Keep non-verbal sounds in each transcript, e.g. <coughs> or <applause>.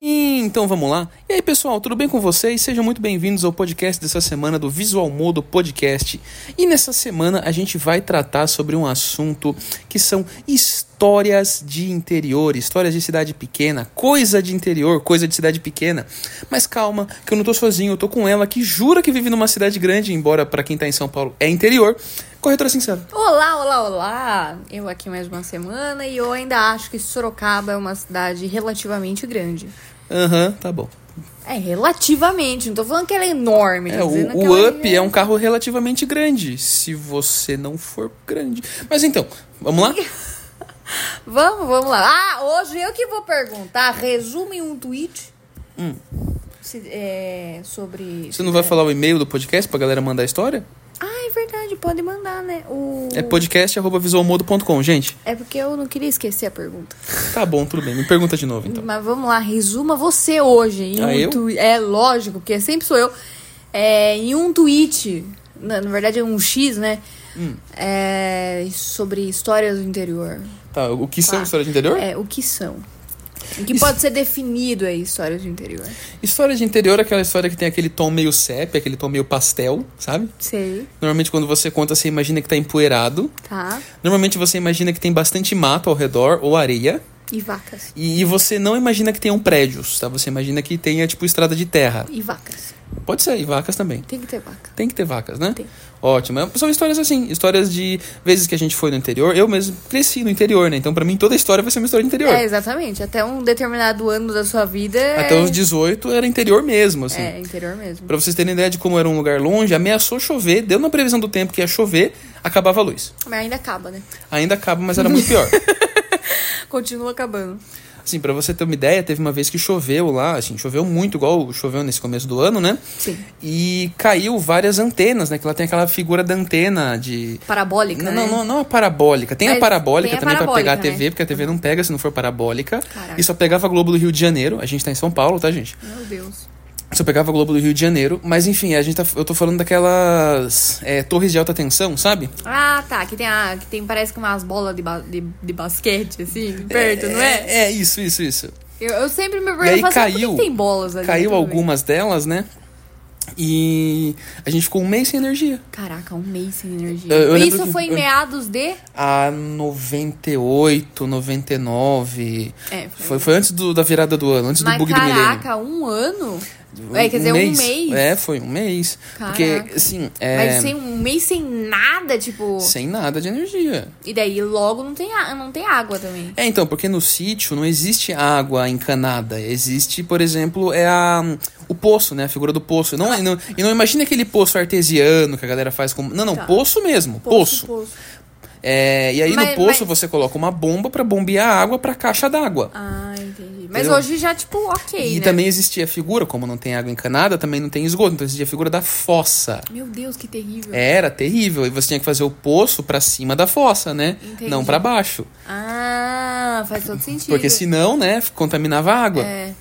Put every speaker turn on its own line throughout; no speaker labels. Então vamos lá. E aí, pessoal, tudo bem com vocês? Sejam muito bem-vindos ao podcast dessa semana do Visual Modo Podcast. E nessa semana a gente vai tratar sobre um assunto que são histórias de interior, histórias de cidade pequena, coisa de interior, coisa de cidade pequena. Mas calma, que eu não tô sozinho, eu tô com ela que jura que vive numa cidade grande, embora pra quem tá em São Paulo é interior. Corretora sincera.
Olá, olá, olá! Eu aqui mais uma semana e eu ainda acho que Sorocaba é uma cidade relativamente grande.
Aham, tá bom.
É, relativamente, não tô falando que ela é enorme.
É,
tô
o,
dizendo que
o
ela
Up é um carro relativamente grande, se você não for grande. Mas então, vamos
<laughs>
lá?
Vamos, vamos lá. Ah, hoje eu que vou perguntar. Resume um tweet Se- é, sobre.
Você Hum. não vai falar o e-mail do podcast pra galera mandar a história?
Ah, é verdade, pode mandar, né? O...
É podcast.visualmodo.com, gente.
é porque eu não queria esquecer a pergunta.
Tá bom, tudo bem. Me pergunta de novo, então.
Mas vamos lá, resuma você hoje. Em
Ah,
um
eu?
twi- É lógico, porque sempre sou eu. É, em um tweet, na, na verdade é um X, né?
Hum.
É, sobre histórias do interior.
Tá, o que são
Tá.
histórias de interior?
É, o que são? O que pode ser definido aí, histórias do interior?
História de interior é aquela história que tem aquele tom meio sépia, aquele tom meio pastel, sabe?
Sei,
Normalmente quando você conta, você imagina que tá empoeirado.
tá?
Normalmente você imagina que tem bastante mato ao redor ou areia.
E vacas.
E, e você não imagina que tenham prédios, tá? Você imagina que tenha, tipo, estrada de terra.
E vacas.
Pode ser, e vacas também.
Tem que ter vaca.
Tem que ter vacas, né?
Tem.
Ótimo. É- São histórias assim, histórias de vezes que a gente foi no interior. Eu mesmo cresci no interior, né? Então, pra mim, toda história vai ser uma história de interior.
É, exatamente. Até um determinado ano da sua vida. é-
Até os 18 era interior mesmo, assim.
É, interior mesmo.
Pra vocês terem ideia de como era um lugar longe, ameaçou chover, deu na previsão do tempo que ia chover, acabava a luz.
Mas ainda acaba, né?
Ainda acaba, mas era
<laughs>
muito pior.
Continua acabando.
Assim, pra você ter uma ideia, teve uma vez que choveu lá, assim, choveu muito, igual choveu nesse começo do ano, né?
Sim.
E caiu várias antenas, né? Que ela tem aquela figura da antena de.
Parabólica,
Não,
né?
não, não, não a parabólica. Tem a
Mas
parabólica
tem a
também pra
parabólica,
pegar a
né?
TV, porque a TV não pega se não for parabólica.
Caraca.
E só pegava a Globo do Rio de Janeiro. A gente tá em São Paulo, tá, gente?
Meu Deus.
Só pegava a Globo do Rio de Janeiro. Mas enfim, a gente tá, eu tô falando daquelas é, torres de alta tensão, sabe?
Ah, tá. Que tem, a, que tem parece que umas bolas de, ba- de, de basquete, assim, perto, não é?
É, isso, isso, isso.
Eu, eu sempre me
E
pergunto,
aí
eu falo assim, por que
caiu.
que tem bolas ali?
Caiu
Tudo bem.
algumas delas, né? E a gente ficou um mês sem energia.
Caraca, um mês sem energia.
Eu- eu lembro
Isso
que-
foi em
eu-
meados de...
A 98, 99.
É,
Foi, foi antes do- da virada do ano, antes do
Mas
bug do milênio.
caraca, um ano? é, quer dizer, um mês.
É, foi um mês. Porque,
Caraca.
assim, é,
Mas sem um mês sem nada, tipo...
sem nada de energia.
E daí logo não tem, a- não tem água também.
É, então, porque no sítio não existe água encanada. Existe, por exemplo, é a, o poço, né? A figura do poço. Não, e não, e não imagina aquele poço artesiano que a galera faz com... Não, não,
Tá.
poço mesmo, poço. É, e aí no
Mas-
poço
mas-
você coloca uma bomba pra bombear a água pra caixa d'água.
Ah, entendi. Mas
Entendeu?
hoje já, tipo, ok,
E
né?
também existia a figura, como não tem água encanada, também não tem esgoto, então existia a figura da fossa.
Meu Deus, que terrível.
Era terrível, e você tinha que fazer o poço pra cima da fossa, né?
Entendi.
Não pra baixo,
Ah, faz todo sentido.
porque senão, né, contaminava a água.
É.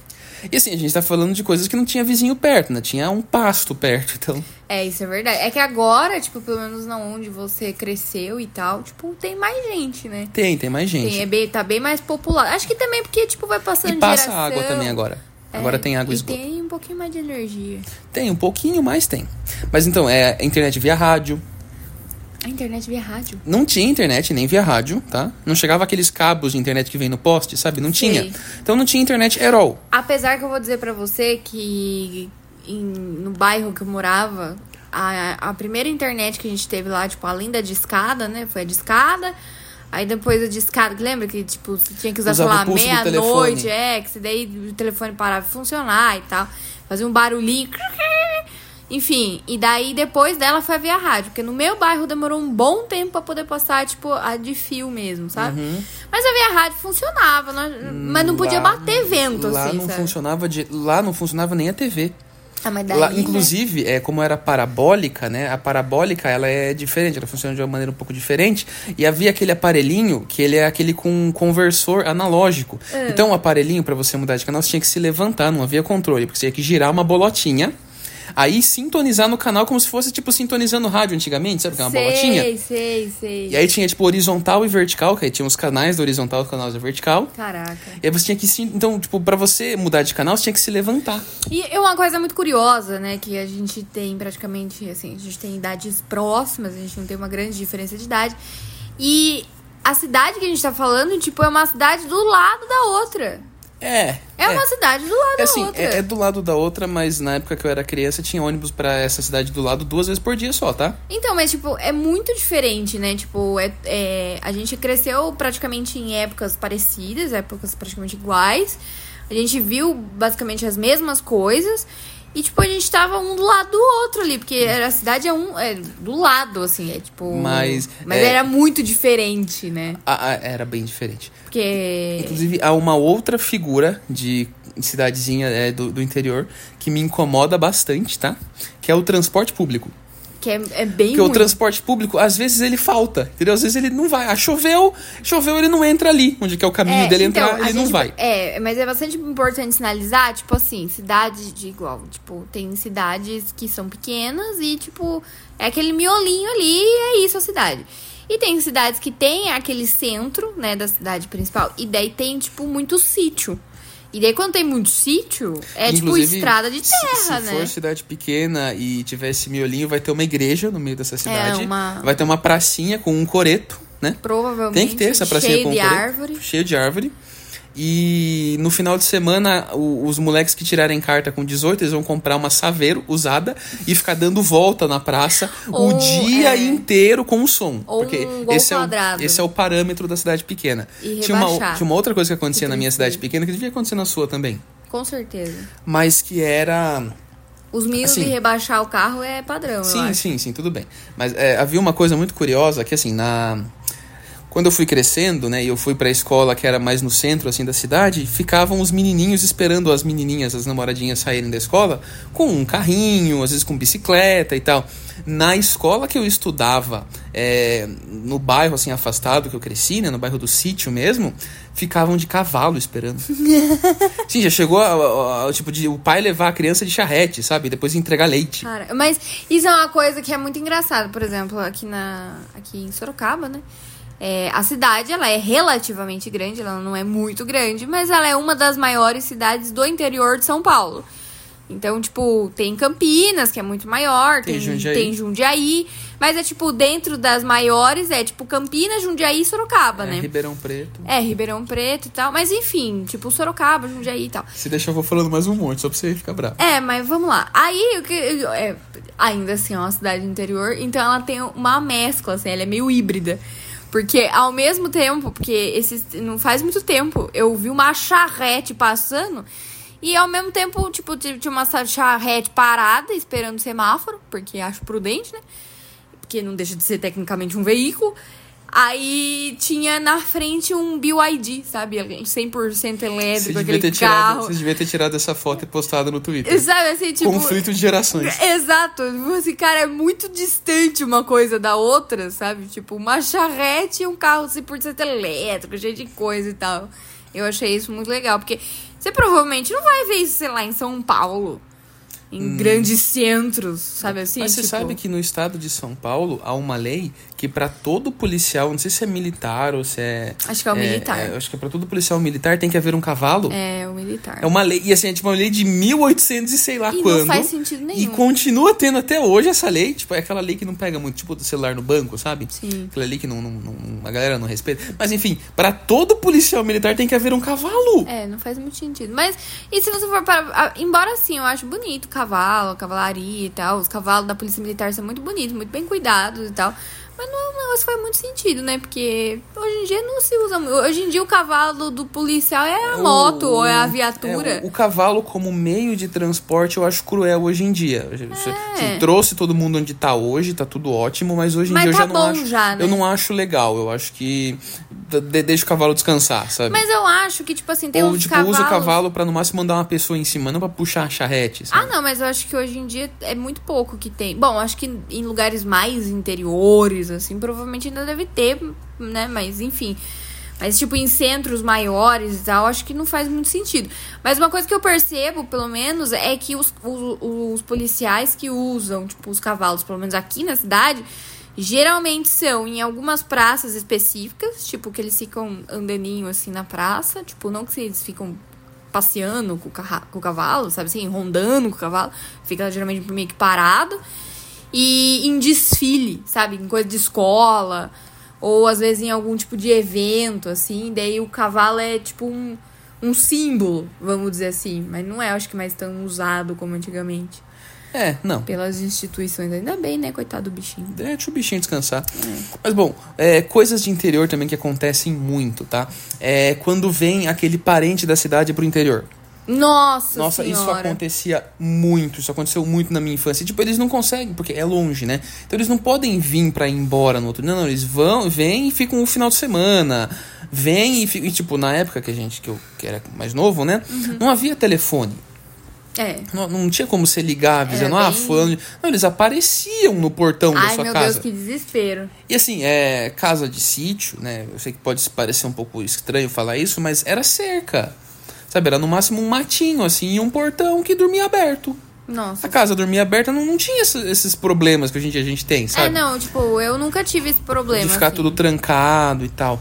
E assim, a gente tá falando de coisas que não tinha vizinho perto, né? Tinha um pasto perto, <laughs> então.
É, isso é verdade. É que agora, tipo, pelo menos na onde você cresceu e tal, tipo, tem mais gente, né?
Tem, tem mais gente.
Tem, é bem, tá bem mais popular. Acho que também porque, tipo, vai passando
e passa
geração.
água também agora.
É,
Agora tem água e
e
esgoto.
tem um pouquinho mais de energia.
Tem, um pouquinho, mas tem. Mas então, é internet via rádio.
A internet via rádio.
Não tinha internet, nem via rádio, tá? Não chegava aqueles cabos de internet que vem no poste, sabe? Não
Sei.
tinha. Então não tinha internet at all.
Apesar que eu vou dizer pra você que em- no bairro que eu morava, a, a primeira internet que a gente teve lá, tipo, além da discada, né? Foi a discada. Aí depois a discada, que lembra que, tipo, você tinha que usar,
Usava
sei lá,
o pulso do
meia-noite,
telefone.
é, que se daí o telefone parava de funcionar e tal. Fazia um barulhinho. <laughs> Enfim, e daí depois dela foi a via rádio, porque no meu bairro demorou um bom tempo pra poder passar, tipo, a de fio mesmo, sabe?
Uhum.
Mas a via rádio funcionava, nós- mas não podia
Lá-
bater vento,
lá
assim,
não
sabe?
funcionava de lá não funcionava nem a TV
Ah, mas daí,
lá
né?
inclusive é como era parabólica né a parabólica ela é diferente ela funciona de uma maneira um pouco diferente e havia aquele aparelhinho que ele é aquele com um conversor analógico
Ah.
então o aparelhinho pra você mudar de canal você tinha que se levantar não havia controle porque você tinha que girar uma bolotinha Aí sintonizar no canal como se fosse, tipo, sintonizando rádio antigamente, sabe? Que é uma bolotinha.
Sei, sei, sei.
E aí tinha, tipo, horizontal e vertical, que aí tinha os canais do horizontal e os canais do vertical.
Caraca.
E aí você tinha que. se- Então, tipo, pra você mudar de canal, você tinha que se levantar.
E é uma coisa muito curiosa, né? Que a gente tem praticamente, assim, a gente tem idades próximas, a gente não tem uma grande diferença de idade. E a cidade que a gente tá falando, tipo, é uma cidade do lado da outra.
É.
É, uma cidade do lado
É assim,
da outra.
é, é do lado da outra, mas na época que eu era criança tinha ônibus pra essa cidade do lado duas vezes por dia só, tá?
Então, mas, tipo, é muito diferente, né? Tipo, é, é- a gente cresceu praticamente em épocas parecidas, épocas praticamente iguais. A gente viu basicamente as mesmas coisas. E, tipo, a gente tava um do lado do outro ali, porque era- a cidade é um. É do lado, assim, é tipo.
Mas,
Mas
é-
era muito diferente, né?
Ah, ah, era bem diferente.
Porque.
Inclusive, há uma outra figura de cidadezinha é, do, do interior que me incomoda bastante, tá? Que é o transporte público.
Que é, é bem.
Porque o
ruim.
transporte público, às vezes, ele falta, entendeu? Às vezes ele não vai. Ah, choveu, choveu, ele não entra ali. Onde que é o caminho
É,
dele
então,
entrar,
a
ele não
gente-
vai.
É, mas é bastante importante sinalizar, tipo assim, cidades de igual, tipo, tem cidades que são pequenas e, tipo, é aquele miolinho ali e é isso a cidade. E tem cidades que tem aquele centro, né, da cidade principal, e daí tem, tipo, muito sítio. E daí quando tem muito sítio, é tipo
Inclusive,
estrada de
se-
terra,
se,
né?
for cidade pequena e tiver esse miolinho, vai ter uma igreja no meio dessa cidade.
É, uma-
Vai ter uma pracinha com um coreto, né?
Provavelmente
Tem que ter essa pracinha
cheio
com
de
coreto,
árvore.
Cheio de árvore. E no final de semana, o- os moleques que tirarem carta com 18, eles vão comprar uma saveiro usada e ficar dando volta na praça
Ou,
o dia
é.
inteiro com o som.
Ou
porque
um gol
esse, é
quadrado.
o, esse é o parâmetro da cidade pequena.
E
tinha, uma,
rebaixar.
tinha uma outra coisa que acontecia
Que
na minha
tristeza.
cidade pequena, que devia acontecer na sua também.
Com certeza.
Mas que era.
Os mil
Assim-
de rebaixar o carro é padrão, eu
Sim,
acho.
sim, sim, tudo bem. Mas é, havia uma coisa muito curiosa que assim, na quando eu fui crescendo, né, e eu fui pra escola que era mais no centro assim da cidade, ficavam os menininhos esperando as menininhas, as namoradinhas saírem da escola com um carrinho, às vezes com bicicleta e tal. Na escola que eu estudava, é, no bairro assim afastado que eu cresci, né, no bairro do sítio mesmo, ficavam de cavalo
<laughs>
esperando. Sim, já chegou a- a- a- tipo de o pai levar a criança de charrete, sabe, e depois entregar leite.
Cara, mas isso é uma coisa que é muito engraçada. Por exemplo, aqui, na, aqui em Sorocaba, né? É, a cidade, ela é relativamente grande, ela não é muito grande, mas ela é uma das maiores cidades do interior de São Paulo. Então, tipo, tem Campinas, que é muito maior,
Tem
tem, tem, Jundiaí.
Jundiaí.
mas é tipo, dentro das maiores, é tipo Campinas, Jundiaí e Sorocaba,
É,
né?
Ribeirão Preto.
É, Ribeirão Preto e tal, mas enfim, tipo, Sorocaba, Jundiaí e tal.
Se deixar, eu vou falando mais um monte, só pra você ficar bravo.
É, mas vamos lá. Aí, o que, é, ainda assim, é uma cidade do interior, então ela tem uma mescla, assim, ela é meio híbrida. Porque ao mesmo tempo, porque esses, não faz muito tempo, eu vi uma charrete passando e ao mesmo tempo, tipo, t- tinha uma sa- charrete parada esperando o semáforo, porque acho prudente, né? Porque não deixa de ser tecnicamente um veículo. Aí tinha na frente um BYD, sabe? 100%
Você
elétrico,
devia,
É, aquele
ter tirado,
carro.
você devia ter tirado essa foto e postado no Twitter.
Sabe assim, tipo.
Conflito de gerações.
É, Exato. Esse cara é muito distante uma coisa da outra, sabe? Tipo, uma charrete e um carro 100% elétrico, cheio de coisa e tal. Eu achei isso muito legal, porque você provavelmente não vai ver isso, sei lá, em São Paulo. Em grandes centros, sabe assim?
Hum. Mas você
Tipo,
sabe que no estado de São Paulo há uma lei que pra todo policial, não sei se é militar ou se é.
Acho que é o militar.
é, acho que é pra todo policial militar tem que haver um cavalo. É.
É, o militar.
uma lei, e assim, é tipo uma lei de 1800 e sei lá
E não
quando.
faz sentido
E
nenhum.
continua tendo até hoje essa lei, tipo, é aquela lei que não pega muito, tipo, do celular no banco, sabe?
Sim.
Aquela lei que não, não- não- a galera não respeita. Mas enfim, pra todo policial militar tem que haver um cavalo.
É, não faz muito sentido. Mas, e se você for para. ah, Embora assim, eu acho bonito cavalo, cavalaria e tal. Os cavalos da Polícia Militar são muito bonitos, muito bem cuidados e tal. Mas não é um negócio que faz muito sentido, né? Porque hoje em dia não se usa. mu- Hoje em dia o cavalo do policial é a moto ou é a viatura.
é, o, o cavalo como meio de transporte eu acho cruel hoje em dia.
É.
Você, assim, trouxe todo mundo onde tá hoje, tá tudo ótimo, mas hoje em
Mas
dia
tá
eu já
bom
não acho.
já, né?
Eu não acho legal. Eu acho que de- de- deixa o cavalo descansar, sabe?
Mas eu acho que, tipo assim, tem
Ou
uns
tipo,
cavalos.
usa o cavalo pra no máximo mandar uma pessoa em cima, não pra puxar a charrete, sabe?
Ah, não, mas eu acho que hoje em dia é muito pouco que tem. Bom, acho que em lugares mais interiores, assim, provavelmente ainda deve ter, né? Mas enfim. Mas, tipo, em centros maiores e tal, acho que não faz muito sentido. Mas uma coisa que eu percebo, pelo menos, é que os, os, os policiais que usam, tipo, os cavalos, pelo menos aqui na cidade, geralmente são em algumas praças específicas, tipo, que eles ficam andandinho assim na praça, tipo, não que eles ficam passeando com o, carra- com o cavalo, sabe assim, rondando com o cavalo, fica geralmente meio que parado. E em desfile, sabe, em coisa de escola, ou às vezes em algum tipo de evento, assim, daí o cavalo é tipo um, um símbolo, vamos dizer assim, mas não é, acho que mais tão usado como antigamente
É, não.
pelas instituições. Ainda bem, né, coitado do bichinho.
É, Deixa o bichinho descansar. Mas bom, é, coisas de interior também que acontecem muito, tá? É quando vem aquele parente da cidade pro interior.
Nossa,
Nossa, isso
senhora.
acontecia muito, isso aconteceu muito na minha infância. E, Tipo, eles não conseguem, porque é longe, né? Então eles não podem vir pra ir embora no outro. Não, não, eles vão, vêm e ficam um final de semana. Vêm e ficam. E, tipo, na época que a gente, que eu que era mais novo, né?
Uhum.
Não havia telefone.
É.
Não, não tinha como você ligar dizendo, ah,
bem-
fulano. Não, eles apareciam no portão da
Ai,
sua
meu
casa.
Deus, que desespero.
E assim, é casa de sítio, né? Eu sei que pode parecer um pouco estranho falar isso, mas era cerca. Sabe, era no máximo um matinho, assim, e um portão que dormia aberto.
Nossa.
A casa dormia aberta não, não tinha esse- esses problemas que a gente, a gente tem, sabe?
É, não, tipo, eu nunca tive esse problema.
De ficar
assim.
tudo trancado e tal.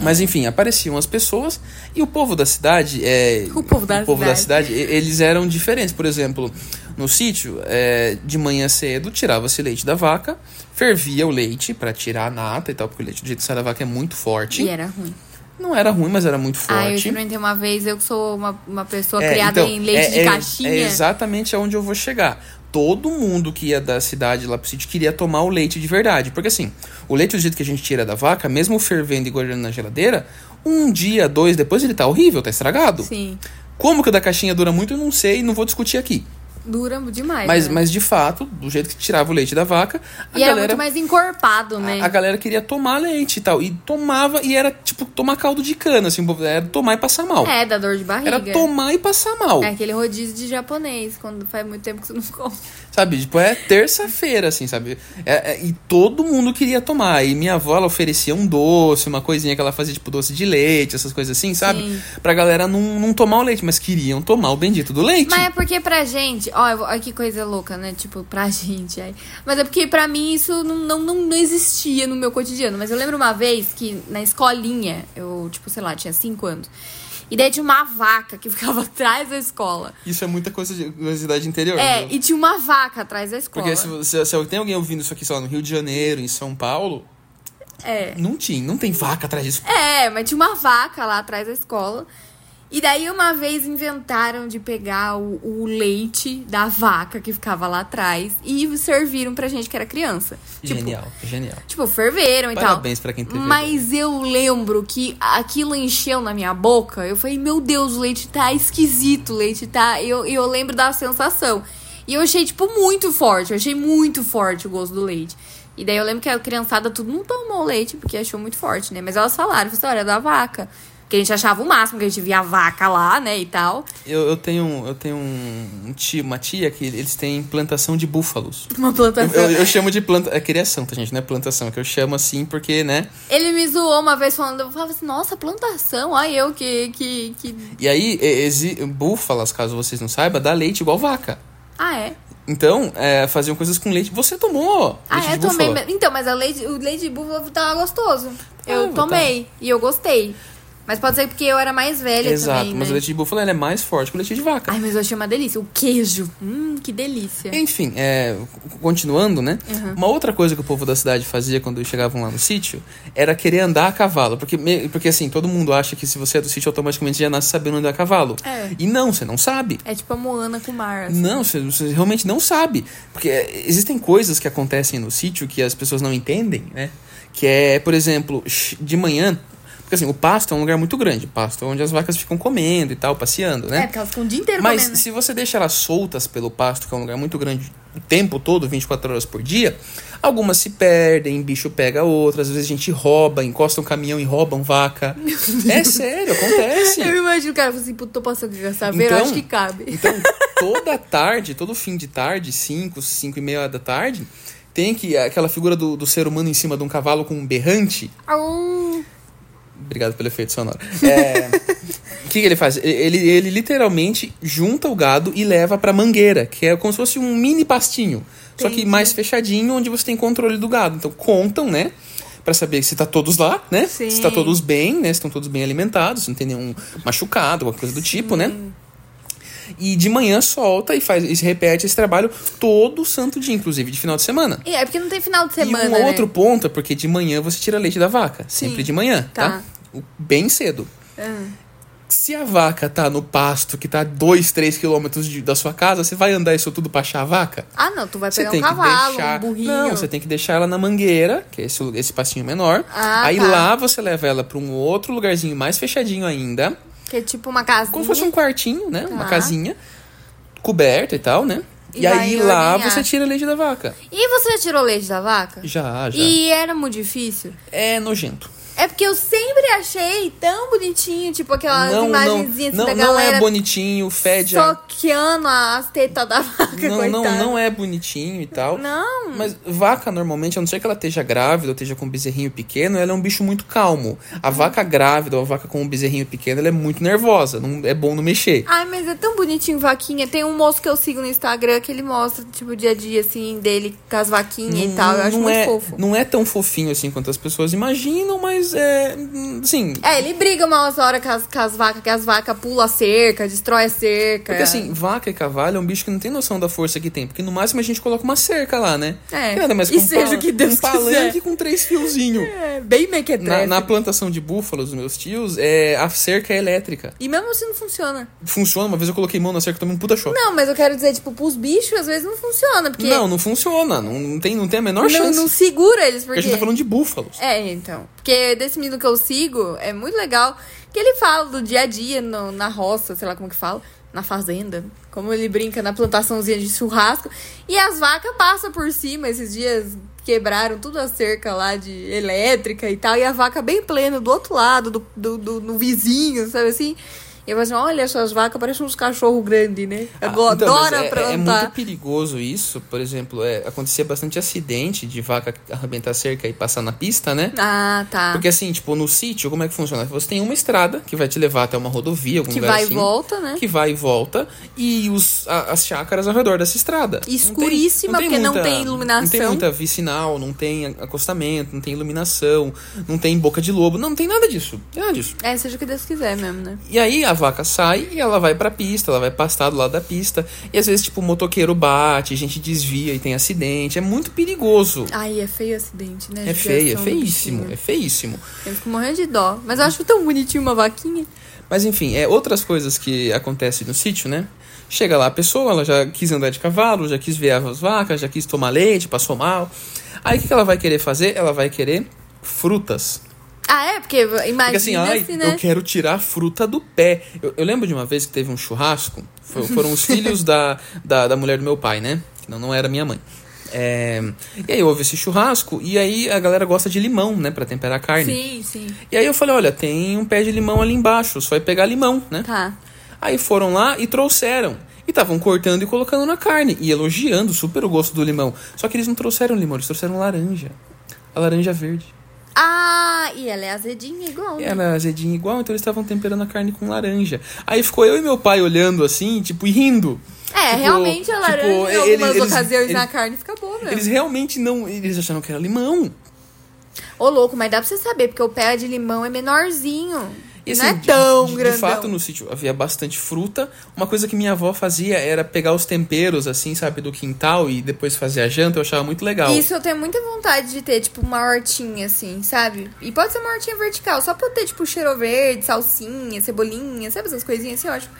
Mas enfim, apareciam as pessoas e o povo da cidade. É,
<laughs> O povo da
cidade, e- eles eram diferentes. Por exemplo, no sítio, é, de manhã cedo, tirava-se leite da vaca, fervia o leite pra tirar a nata e tal, porque o leite do jeito que sai da vaca é muito forte.
E era ruim.
Não era ruim, mas era muito
Ah, eu
forte.
experimentei uma vez, eu que sou uma, uma pessoa
É,
criada
então,
em leite
é-
de
é-
caixinha.
É exatamente aonde eu vou chegar. Todo mundo que ia da cidade lá pro sítio queria tomar o leite de verdade. Porque assim, o leite do jeito que a gente tira da vaca, mesmo fervendo e guardando na geladeira, um dia, dois depois ele tá horrível, tá estragado.
Sim.
Como que o da caixinha dura muito, eu não sei, não vou discutir aqui.
Dura demais.
Mas,
né?
mas de fato, do jeito que tirava o leite da vaca, a
E era
galera
muito mais encorpado, né?
a, a galera queria tomar leite e tal. E tomava, e era tipo tomar caldo de cana, assim, era tomar e passar mal.
É, da dor de barriga.
era tomar e passar mal.
É aquele rodízio de japonês, quando faz muito tempo que você
<laughs>
não come.
Sabe, tipo, é terça-feira, assim, sabe? É- é- e todo mundo queria tomar. E minha avó, ela oferecia um doce, uma coisinha que ela fazia, tipo, doce de leite, essas coisas assim, sabe?
Sim.
Pra galera não, não tomar o leite, mas queriam tomar o bendito do leite.
Mas é porque pra gente, ó, eu vou- olha que coisa louca, né? Tipo, pra <laughs> gente. Aí. Mas é porque pra mim isso não, não, não, não existia no meu cotidiano. Mas eu lembro uma vez que na escolinha, eu, tipo, sei lá, tinha cinco anos. E daí tinha uma vaca que <laughs> ficava atrás da escola.
Isso é muita coisa de curiosidade interior.
É,
viu?
e tinha uma vaca atrás da escola.
Porque se, você- se tem alguém ouvindo isso aqui, sei lá, no Rio de Janeiro, em São Paulo,
É.
não tinha, não tem vaca atrás disso.
É, mas tinha uma vaca lá atrás da escola. E daí uma vez inventaram de pegar o, o leite da vaca que ficava lá atrás e serviram pra gente que era criança. Tipo,
Genial, genial.
tipo ferveram e
Parabéns
tal.
pra quem teve
Mas eu lembro que aquilo encheu na minha boca. Eu falei, meu Deus, o leite tá esquisito, o leite tá. E eu, e eu lembro da sensação. E eu achei, tipo, muito forte. Eu achei muito forte o gosto do leite. E daí eu lembro que a criançada tudo não tomou leite, porque achou muito forte, né? Mas elas falaram, falaram, olha, é da vaca. Porque a gente achava o máximo, que a gente via a vaca lá, né, e tal. <laughs>
Eu, eu tenho, eu tenho um, um tio, uma tia que eles têm plantação de búfalos.
Uma
Eu,
plantação.
eu- eu chamo de planta. É criação, tá, gente? Não é plantação, é que eu chamo assim porque, né?
Ele me zoou uma vez falando, eu falava assim, nossa, plantação, olha eu que, que, que...
E aí, e- exi... búfalas, caso vocês não saibam, dá leite igual vaca.
Ah, é?
Então, é, faziam coisas com leite. Você tomou
Ah,
leite
eu
de
tomei.
búfala?
mas- Então, mas a leite, o leite de búfalo tava gostoso. eu
tá.
tomei e eu gostei. Mas pode ser porque eu era mais velha
Exato,
também,
mas o
né?
leite de búfala ele é mais forte que o leite de vaca.
Ai, mas eu achei uma delícia. O queijo. Hum, que delícia.
Enfim, é, continuando, né?
Uhum.
Uma outra coisa que o povo da cidade fazia quando chegavam lá no sítio era querer andar a cavalo. Porque, me- porque assim, todo mundo acha que se você é do sítio, automaticamente já nasce sabendo andar a cavalo.
É.
E não, você não sabe.
É tipo a Moana com mar. assim.
Não, você, você realmente não sabe. Porque é, existem coisas que acontecem no sítio que as pessoas não entendem, né? Que é, por exemplo, sh- de manhã. Porque assim, o pasto é um lugar muito grande. Pasto é onde as vacas ficam comendo e tal, passeando,
É,
né?
porque elas ficam o dia inteiro
Mas
comendo. né?
se você deixa elas soltas pelo pasto, que é um lugar muito grande o tempo todo, 24 horas por dia, algumas se perdem, bicho pega outras, às vezes a gente rouba, encosta um caminhão e roubam vaca. É sério,
<laughs>
acontece.
Eu imagino o cara falando assim, puto, tô passando de saber, eu
Então-
acho que cabe.
Então, toda tarde, todo fim de tarde, 5, 5 e meia da tarde, tem que aquela figura do, do ser humano em cima de um cavalo com um berrante.
Au.
Obrigado pelo efeito sonoro. É, O que, que ele faz? Ele, ele literalmente junta o gado e leva pra mangueira, que é como se fosse um mini pastinho. Só que
Entendi.
mais fechadinho, onde você tem controle do gado. Então contam, né? Pra saber se tá todos lá, né? Se tá
Sim.
todos bem, né? Se estão todos bem alimentados, se não tem nenhum machucado, alguma coisa do tipo, né? E de manhã solta e faz, e repete esse trabalho todo santo dia, inclusive de final de semana.
E é porque não tem final de semana.
E um
né?
outro ponto é porque de manhã você tira leite da vaca. Sempre de manhã, tá?
Tá.
O- Bem cedo.
Ah.
Se a vaca tá no pasto, que tá 2, 3 quilômetros de- da sua casa, você vai andar isso tudo pra achar a vaca?
Ah, não, tu vai
Você
pegar
tem
um cavalo,
que deixar.
um burrinho.
Não, você tem que deixar ela na mangueira, que é esse, lu- esse pastinho menor.
Ah,
Aí
tá.
lá você leva ela pra um outro lugarzinho mais fechadinho ainda.
Que é tipo uma casinha.
Como se fosse um quartinho, né? Uma
Tá.
casinha. Coberta e tal, né? E,
E
aí
vai
lá
ordenhar.
você tira leite da vaca.
E você já tirou leite da vaca?
Já, já.
E era muito difícil.
É nojento.
É porque eu sempre achei tão bonitinho, tipo aquelas
não, não,
imagenzinhas
não,
assim, da
não é
galera
bonitinho, fede. a-
soqueando as tetas da vaca,
Não,
coitada.
não, não é bonitinho e tal.
Não.
Mas vaca, normalmente, a não ser que ela esteja grávida ou esteja com um bezerrinho pequeno, ela é um bicho muito calmo. A vaca grávida ou a vaca com um bezerrinho pequeno, ela é muito nervosa. Não, é bom não mexer.
Ai, mas é tão bonitinho vaquinha. Tem um moço que eu sigo no Instagram que ele mostra, tipo, o dia a dia, assim, dele com as vaquinhas Ah, e tal. Eu acho muito
é,
fofo.
não é tão fofinho assim quanto as pessoas imaginam, mas é. Sim.
É, ele briga umas horas com as, com as vacas, que as vacas pulam a cerca, destrói a cerca.
Porque assim, vaca e cavalo é um bicho que não tem noção da força que tem. Porque no máximo a gente coloca uma cerca lá, né?
É,
Que Nada mais
e
que um
seja
pala-
o que Deus
um palanque
quiser.
com três fiozinhos.
É, bem
Na,
mequetrefe.
na plantação de búfalos, meus tios, é, a cerca é elétrica.
E mesmo assim não funciona.
Funciona, uma vez eu coloquei mão na cerca e tomei um puta choque.
Não, mas eu quero dizer, tipo, pros bichos às vezes não funciona, porque
Não, não funciona. Não, não tem, não tem a menor
não,
chance.
não segura eles,
Porque
porque...
a gente tá falando de búfalos.
É, então. Porque desse menino que eu sigo, é muito legal que ele fala do dia a dia no- na roça, sei lá como que fala, na fazenda. Como ele brinca na plantaçãozinha de churrasco. E as vacas passam por cima esses dias. Quebraram tudo a cerca lá de elétrica e tal. E a vaca bem plena do outro lado, do, do, do- no vizinho, sabe assim? E eu falo assim, olha essas vacas, parecem uns cachorros grandes, né? Eu go-
Ah, então, mas
adoro
é, é- é
aprontar.
muito perigoso isso. Por exemplo, é, acontecia bastante acidente de vaca arrebentar a cerca e passar na pista, né?
Ah, tá.
Porque assim, tipo, no sítio, como é que funciona? Você tem uma estrada que vai te levar até uma rodovia, algum
que
lugar
vai
assim,
e volta, né?
Que vai e volta. E os, a- as chácaras ao redor dessa estrada.
E escuríssima, porque não tem iluminação.
Não tem muita vicinal, não tem a- acostamento, não tem iluminação, não tem boca de lobo. Não, não tem nada disso. não tem Nada disso.
É, seja o que Deus quiser mesmo, né?
E aí a vaca sai e ela vai pra pista, ela vai pastar do lado da pista. E às vezes, tipo, o motoqueiro bate, gente desvia e tem acidente. É muito perigoso.
Ai, é feio acidente, né?
É feio, é
Judiação do
feíssimo,
bichinho.
é feíssimo.
Eu fico morrendo de dó. Mas eu acho tão bonitinho uma vaquinha.
Mas enfim, é outras coisas que acontecem no sítio, né? Chega lá a pessoa, ela já quis andar de cavalo, já quis ver as vacas, já quis tomar leite, passou mal. Aí o que que ela vai querer fazer? Ela vai querer frutas.
Ah, é? Porque
Porque assim,
imagina
ai,
assim,
eu
né?
quero tirar a fruta do pé. Eu, eu lembro de uma vez que teve um churrasco, fo- foram os filhos da, da, da mulher do meu pai, né? Que não, não era minha mãe. É, e aí houve esse churrasco, e aí a galera gosta de limão, né? Pra temperar a carne.
Sim, sim.
E aí eu falei, olha, tem um pé de limão ali embaixo, só vai pegar limão, né?
Tá.
Aí foram lá e trouxeram. E estavam cortando e colocando na carne. E elogiando super o gosto do limão. Só que eles não trouxeram limão, eles trouxeram laranja. A laranja verde.
Ah, e ela é azedinha igual.
E
né?
Ela era azedinha igual, então eles estavam temperando a carne com laranja. Aí ficou eu e meu pai olhando assim, tipo, e rindo.
É,
Tipo,
realmente a
tipo,
laranja em
ele-
algumas
eles-
ocasiões
ele-
na carne fica boa mesmo.
Eles realmente não. Eles acharam que era limão.
Ô, louco, mas dá pra você saber, porque o pé de limão é menorzinho.
E,
não
assim,
é tão
de,
grandão.
De fato, no sítio havia bastante fruta. Uma coisa que minha avó fazia era pegar os temperos, assim, sabe, do quintal e depois fazer a janta. Eu achava muito legal.
Isso eu tenho muita vontade de ter, tipo, uma hortinha, assim, sabe? E pode ser uma hortinha vertical, só pra eu ter, tipo, cheiro verde, salsinha, cebolinha, sabe? Essas coisinhas assim, eu acho,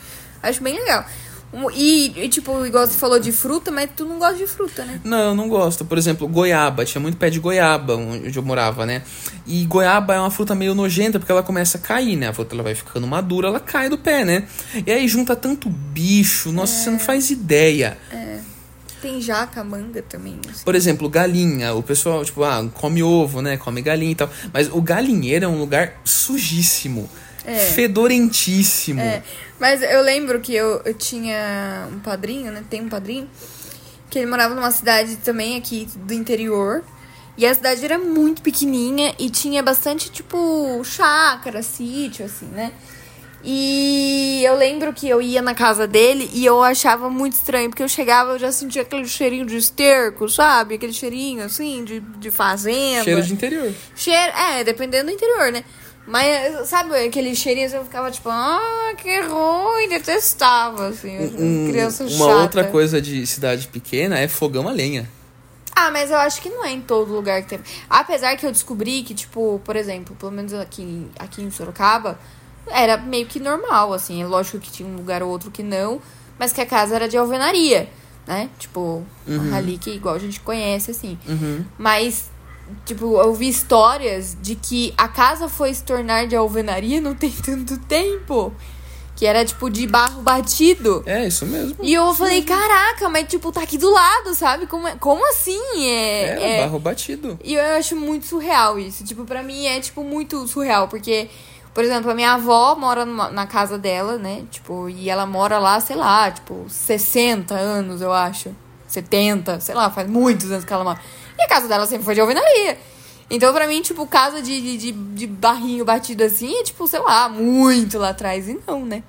acho bem legal. Um- E, e, tipo, igual você falou de fruta, mas tu não gosta de fruta, né?
Não, eu não gosto. Por exemplo, goiaba. Tinha muito pé de goiaba onde eu morava, né? E goiaba é uma fruta meio nojenta porque ela começa a cair, né? A fruta ela vai ficando madura, ela cai do pé, né? E aí junta tanto bicho, nossa, você
É.
não faz ideia.
Tem jaca, manga também, assim.
Por exemplo, galinha. O pessoal, tipo, ah, come ovo, né? Come galinha e tal. Mas o galinheiro é um lugar sujíssimo. Fedorentíssimo.
É, mas eu lembro que eu, eu tinha um padrinho, né? Tem um padrinho, que ele morava numa cidade também aqui do interior. E a cidade era muito pequenininha e tinha bastante, tipo, chácara, sítio, assim, né? E eu lembro que eu ia na casa dele e eu achava muito estranho, porque eu chegava, eu já sentia aquele cheirinho de esterco, sabe? Aquele cheirinho, assim, de, de fazenda.
Cheiro de interior.
Cheiro, é, dependendo do interior, né? Mas, sabe, aquele cheirinho assim, eu ficava tipo, ah, que ruim, detestava, assim,
Um-
criança
uma
chata.
outra coisa de cidade pequena é fogão a lenha.
Ah, mas eu acho que não é em todo lugar que tem. Apesar que eu descobri que, tipo, por exemplo, pelo menos aqui, em- aqui em Sorocaba, era meio que normal, assim. É lógico que tinha um lugar ou outro que não, mas que a casa era de alvenaria, né? Tipo,
Uhum.
ali que igual a gente conhece, assim. Mas, tipo, eu vi histórias de que a casa foi se tornar de alvenaria não <laughs> tem tanto tempo. Que era, tipo, de barro batido.
É isso mesmo.
E eu falei, caraca, mas tipo, tá aqui do lado, sabe? Como, é- como assim? É,
Era
é-
barro batido.
E eu acho muito surreal isso. Tipo, pra mim é, tipo, muito surreal, porque, por exemplo, a minha avó mora numa- na casa dela, né? Tipo, e ela mora lá, sei lá, tipo, 60 anos, eu acho. 70, sei lá, faz muitos anos que ela mora. E a casa dela sempre foi de alvenaria. Então, pra mim, tipo, casa de, de, de, de barrinho batido assim é, tipo, sei lá, muito lá atrás. E não, né?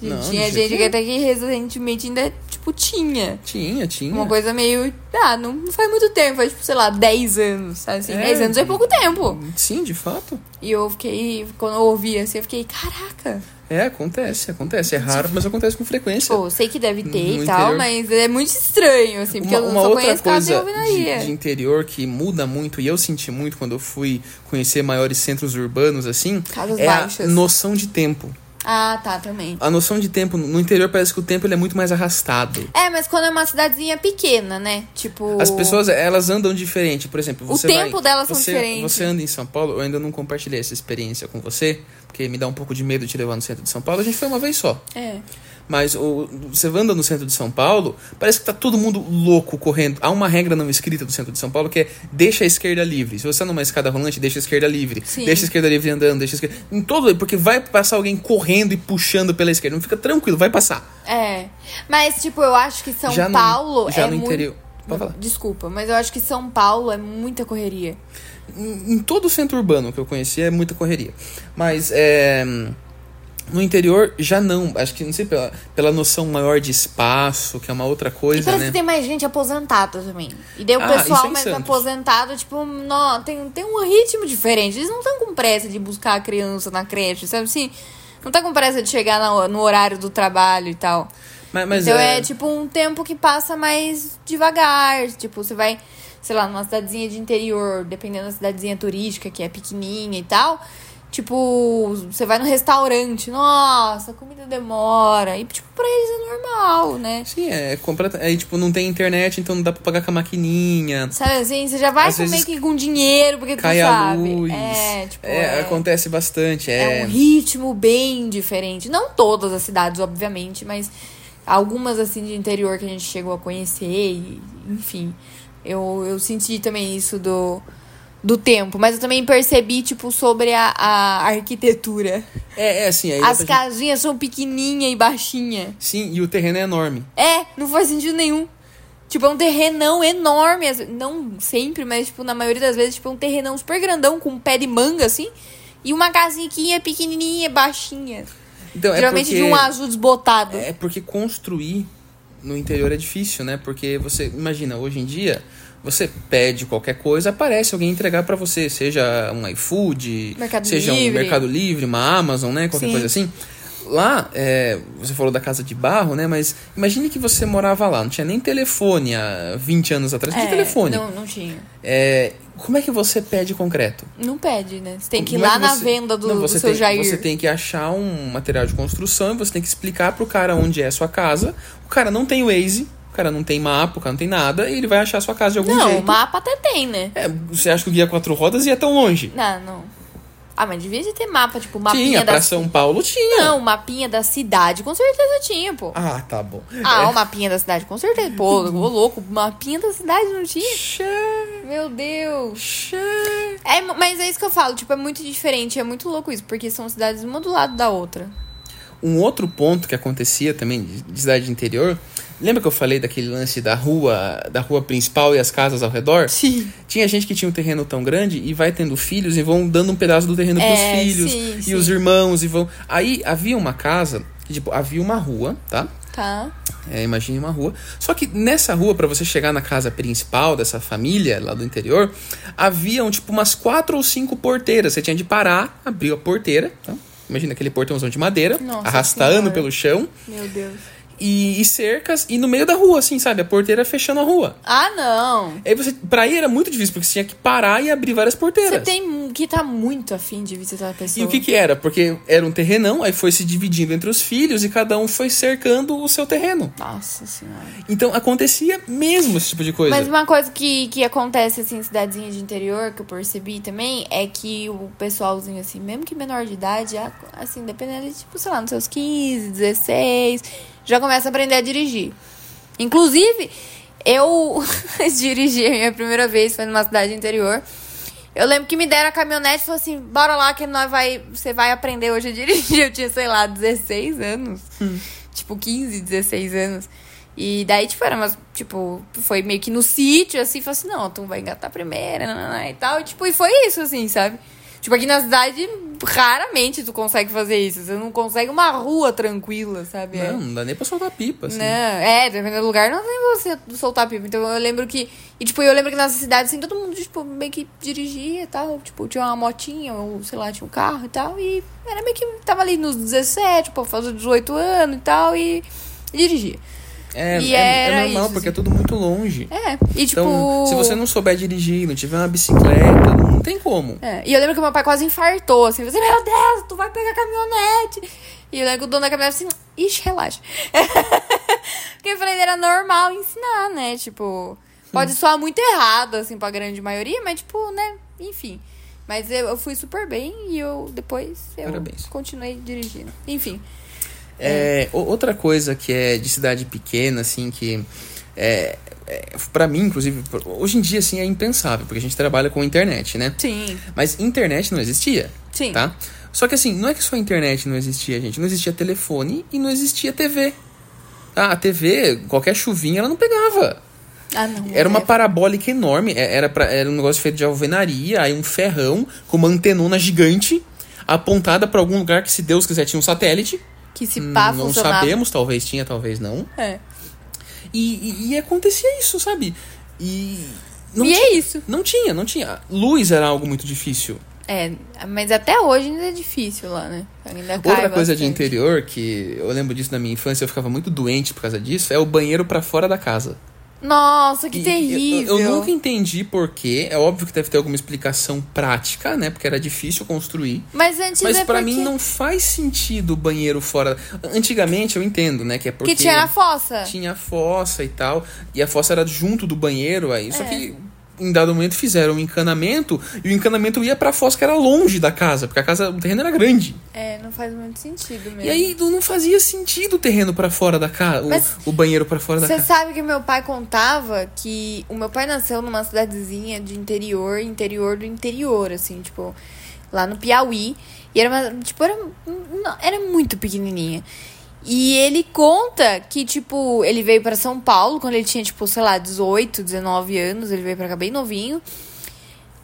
Não, de
tinha
jeito
gente que
nenhum.
até que recentemente ainda, tipo, tinha.
Tinha, tinha.
Uma coisa meio. Ah, não, não faz muito tempo, faz, tipo, sei lá, 10 anos, sabe assim?
É.
10 anos é pouco tempo.
Sim, de fato.
E eu fiquei. Quando eu ouvi assim, eu fiquei, caraca.
É, acontece, acontece. É raro, mas acontece com frequência.
Pô, sei que deve ter
No
e tal,
interior.
mas é muito estranho, assim, porque
Uma,
eu
uma
só
outra
conheço casa de
coisa de,
alvenaria.
de interior que muda muito, e eu senti muito quando eu fui conhecer maiores centros urbanos, assim,
Casas
é
baixas.
a noção de tempo.
Ah, tá, também.
A noção de tempo, no interior parece que o tempo ele é muito mais arrastado.
É, mas quando é uma cidadezinha pequena, né? Tipo.
As pessoas, elas andam diferente. Por exemplo,
O
você
tempo
vai-
delas são
você-
diferentes.
Você anda em São Paulo, eu ainda não compartilhei essa experiência com você, porque me dá um pouco de medo de te levar no centro de São Paulo. A gente foi uma vez só.
É.
Mas o- você anda no centro de São Paulo, parece que tá todo mundo louco correndo. Há uma regra não escrita do centro de São Paulo que é deixa a esquerda livre. Se você tá numa escada rolante, deixa a esquerda livre.
Sim.
Deixa a esquerda livre andando, deixa a esquerda. Em todo, porque vai passar alguém correndo e puxando pela esquerda. Não fica tranquilo, vai passar.
É. Mas, tipo, eu acho que São
Já no-
Paulo
já
é
no
muito.
interior. Pode falar.
Desculpa, mas eu acho que São Paulo é muita correria.
Em, em todo o centro urbano que eu conheci é muita correria. Mas é, No interior já não, acho que não sei pela, pela noção maior de espaço, que é uma outra
E
coisa,
parece
né?
que tem mais gente aposentada também. E daí o
Ah, isso
pessoal
em
mais
Santos.
aposentado, tipo, não, tem, tem um ritmo diferente. Eles não estão com pressa de buscar a criança na creche, sabe assim? Não tá com pressa de chegar na- no horário do trabalho e tal.
Mas, mas
então é... tipo um tempo que passa mais devagar. Tipo, você vai, sei lá, numa cidadezinha de interior, dependendo da cidadezinha turística, que é pequenininha e tal. Tipo, você vai no restaurante, nossa, a comida demora. E, tipo, pra eles é normal, né?
Sim, é completa. Aí, tipo, não tem internet, então não dá pra pagar com a maquininha.
Sabe assim, você já vai
Às
comer
vezes
que com dinheiro, porque tu
Cai a
sabe.
luz.
É, tipo,
É,
é,
acontece bastante.
é
É,
um ritmo bem diferente. Não todas as cidades, obviamente, mas algumas assim de interior que a gente chegou a conhecer, e, enfim. Eu, eu senti também isso do, do tempo, mas eu também percebi, tipo, sobre a, a arquitetura.
é, é assim, aí dá
As
pra gente-
casinhas são pequenininha e baixinha.
Sim, e o terreno é enorme.
É, não faz sentido nenhum. Tipo, é um terrenão enorme. às ve- Não sempre, mas, tipo, na maioria das vezes, tipo, é um terrenão super grandão, com um pé de manga, assim. E uma casinha é pequenininha, baixinha.
Então,
Geralmente
é porque...
de um azul desbotado.
É porque construir no interior é difícil, né? Porque você, imagina, hoje em dia, você pede qualquer coisa, aparece alguém entregar pra você, seja um iFood,
Mercado
seja um
Livre.
Mercado Livre, uma Amazon, né? Qualquer
Sim.
coisa assim. Lá, é, você falou da casa de barro, né? Mas imagine que você morava lá, não tinha nem telefone há 20 anos atrás. Não
É,
tinha telefone.
Não, não tinha.
É, como é que você pede concreto?
Não pede, né? Você tem que ir
Como é
lá na
você-
venda do,
Não,
do
você
seu
tem,
Jair.
Você tem que achar um material de construção e você tem que explicar pro cara onde é a sua casa. O cara não tem Waze, o cara não tem mapa, o cara não tem nada, e ele vai achar a sua casa de algum
não,
jeito.
o mapa até tem, né?
É, você acha que o guia quatro rodas ia tão longe?
Não, não. Ah, mas devia de ter mapa, tipo, mapinha
tinha,
da...
pra São Paulo tinha.
Não, mapinha da cidade, com certeza tinha, pô.
Ah, tá bom.
Ah, o mapinha da cidade, com certeza. Pô, ô louco, mapinha da cidade não tinha? Meu Deus. É, mas é isso que eu falo, tipo, é muito diferente, é muito louco isso, porque são cidades uma do lado da outra.
Um outro ponto que acontecia também de de cidade interior Lembra que eu falei daquele lance da rua, da rua principal e as casas ao redor?
Sim.
Tinha gente que tinha um terreno tão grande e vai tendo filhos e vão dando um pedaço do terreno pros
É,
filhos
sim,
e
sim.
os irmãos e vão. Aí havia uma casa, que, tipo, havia uma rua, tá?
Tá.
É, imagine uma rua. Só que nessa rua, pra você chegar na casa principal dessa família lá do interior, haviam tipo umas quatro ou cinco porteiras. Você tinha de parar, abrir a porteira. tá? Imagina aquele portãozão de madeira,
Nossa
arrastando
Senhora.
pelo chão.
Meu Deus.
E, e cercas, e no meio da rua, assim, sabe? A porteira fechando a rua.
Ah, não.
Aí você, pra ir era muito difícil, porque você tinha que parar e abrir várias porteiras.
Você tem que tá muito afim de visitar a
E
pessoa.
o que que era? Porque era um terrenão, aí foi se dividindo entre os filhos e cada um foi cercando o seu terreno.
Nossa senhora.
Então acontecia mesmo esse tipo de coisa.
Mas uma coisa que, que acontece, assim, em cidadezinha de interior, que eu percebi também, é que o pessoalzinho, assim, mesmo que menor de idade, já, assim, dependendo, de, tipo, sei lá, nos seus 15, 16, já começa a aprender a dirigir. Inclusive, eu <laughs> dirigi a minha primeira vez, foi numa cidade interior. Eu lembro que me deram a caminhonete e falou assim, bora lá que nós vai, você vai aprender hoje a dirigir. <laughs> Eu tinha, sei lá, 16 anos. Tipo, 15, 16 anos. E daí, tipo, era umas, tipo, foi meio que no sítio, assim, falou assim, não, tu vai engatar primeiro, nananá, e tal. E, tipo, e foi isso, assim, sabe? Tipo, aqui na cidade, raramente tu consegue fazer isso. Você não consegue uma rua tranquila, sabe? É.
Não, não dá nem pra soltar pipa, assim.
Não, é, dependendo do lugar, não tem você soltar pipa. Então eu lembro que. E tipo, eu lembro que nessa cidade, assim, todo mundo, tipo, meio que dirigia e tal. Tipo, tinha uma motinha, ou sei lá, tinha um carro e tal. E era meio que tava ali nos 17, pô, fazendo 18 anos e tal, e, e dirigia.
É,
E
é, é
era
normal,
isso,
porque é
assim.
tudo muito longe.
É. E tipo.
Então, se você não souber dirigir, não tiver uma bicicleta, não tem como.
É, E eu lembro que meu pai quase infartou, assim, assim, meu Deus, tu vai pegar a caminhonete. E eu lembro que o dono da caminhonete assim, ixi, relaxa. <laughs> Porque eu falei, era normal ensinar, né? Tipo, pode soar muito errado, assim, pra grande maioria, mas tipo, né, enfim. Mas eu, eu fui super bem e eu depois eu
Parabéns.
continuei dirigindo. Enfim.
É, o- outra coisa que é de cidade pequena, assim, que é, é, para mim, inclusive, por- hoje em dia, assim, é impensável, porque a gente trabalha com internet, né?
Sim.
Mas internet não existia,
Sim.
tá? Só que assim, não é que só a internet não existia, gente. Não existia telefone e não existia TV. Ah, a TV, qualquer chuvinha, ela não pegava.
Ah, não.
Era uma
é.
parabólica enorme. é- Era, pra, era um negócio feito de alvenaria, aí um ferrão com uma antenona gigante apontada pra algum lugar que, se Deus quiser, tinha um satélite.
Que se pá
não
funcionava.
sabemos, talvez tinha, talvez não.
É.
E, e- e acontecia isso, sabe? E. Não,
e
ti-
é isso.
não tinha, não tinha. Luz era algo muito difícil.
É, mas até hoje ainda é difícil lá, né? Ainda
Outra coisa de
interior.
interior que eu lembro disso na minha infância, eu ficava muito doente por causa disso, é o banheiro pra fora da casa.
Nossa, que
E eu-
terrível.
Eu, nunca entendi porquê. É óbvio que deve ter alguma explicação prática, né? Porque era difícil construir.
Mas antes
Mas
é
pra
porque...
mim não faz sentido o banheiro fora. Antigamente eu entendo, né? Que é porque
Porque tinha a fossa.
tinha fossa e tal. E a fossa era junto do banheiro aí. Só
É.
que em dado momento fizeram um encanamento e o encanamento ia pra fossa que era longe da casa, porque a casa, o terreno era grande.
É, não faz muito sentido mesmo.
E aí não não fazia sentido o terreno pra fora da casa, o-
É. Mas-
o, banheiro pra fora da
Você
casa.
sabe que meu pai contava que o meu pai nasceu numa cidadezinha de interior, interior do interior, assim, tipo, lá no Piauí. E era uma, tipo, era, não, era muito pequenininha. E ele conta que, tipo, ele veio pra São Paulo quando ele tinha, tipo, sei lá, 18, 19 anos. Ele veio pra cá bem novinho.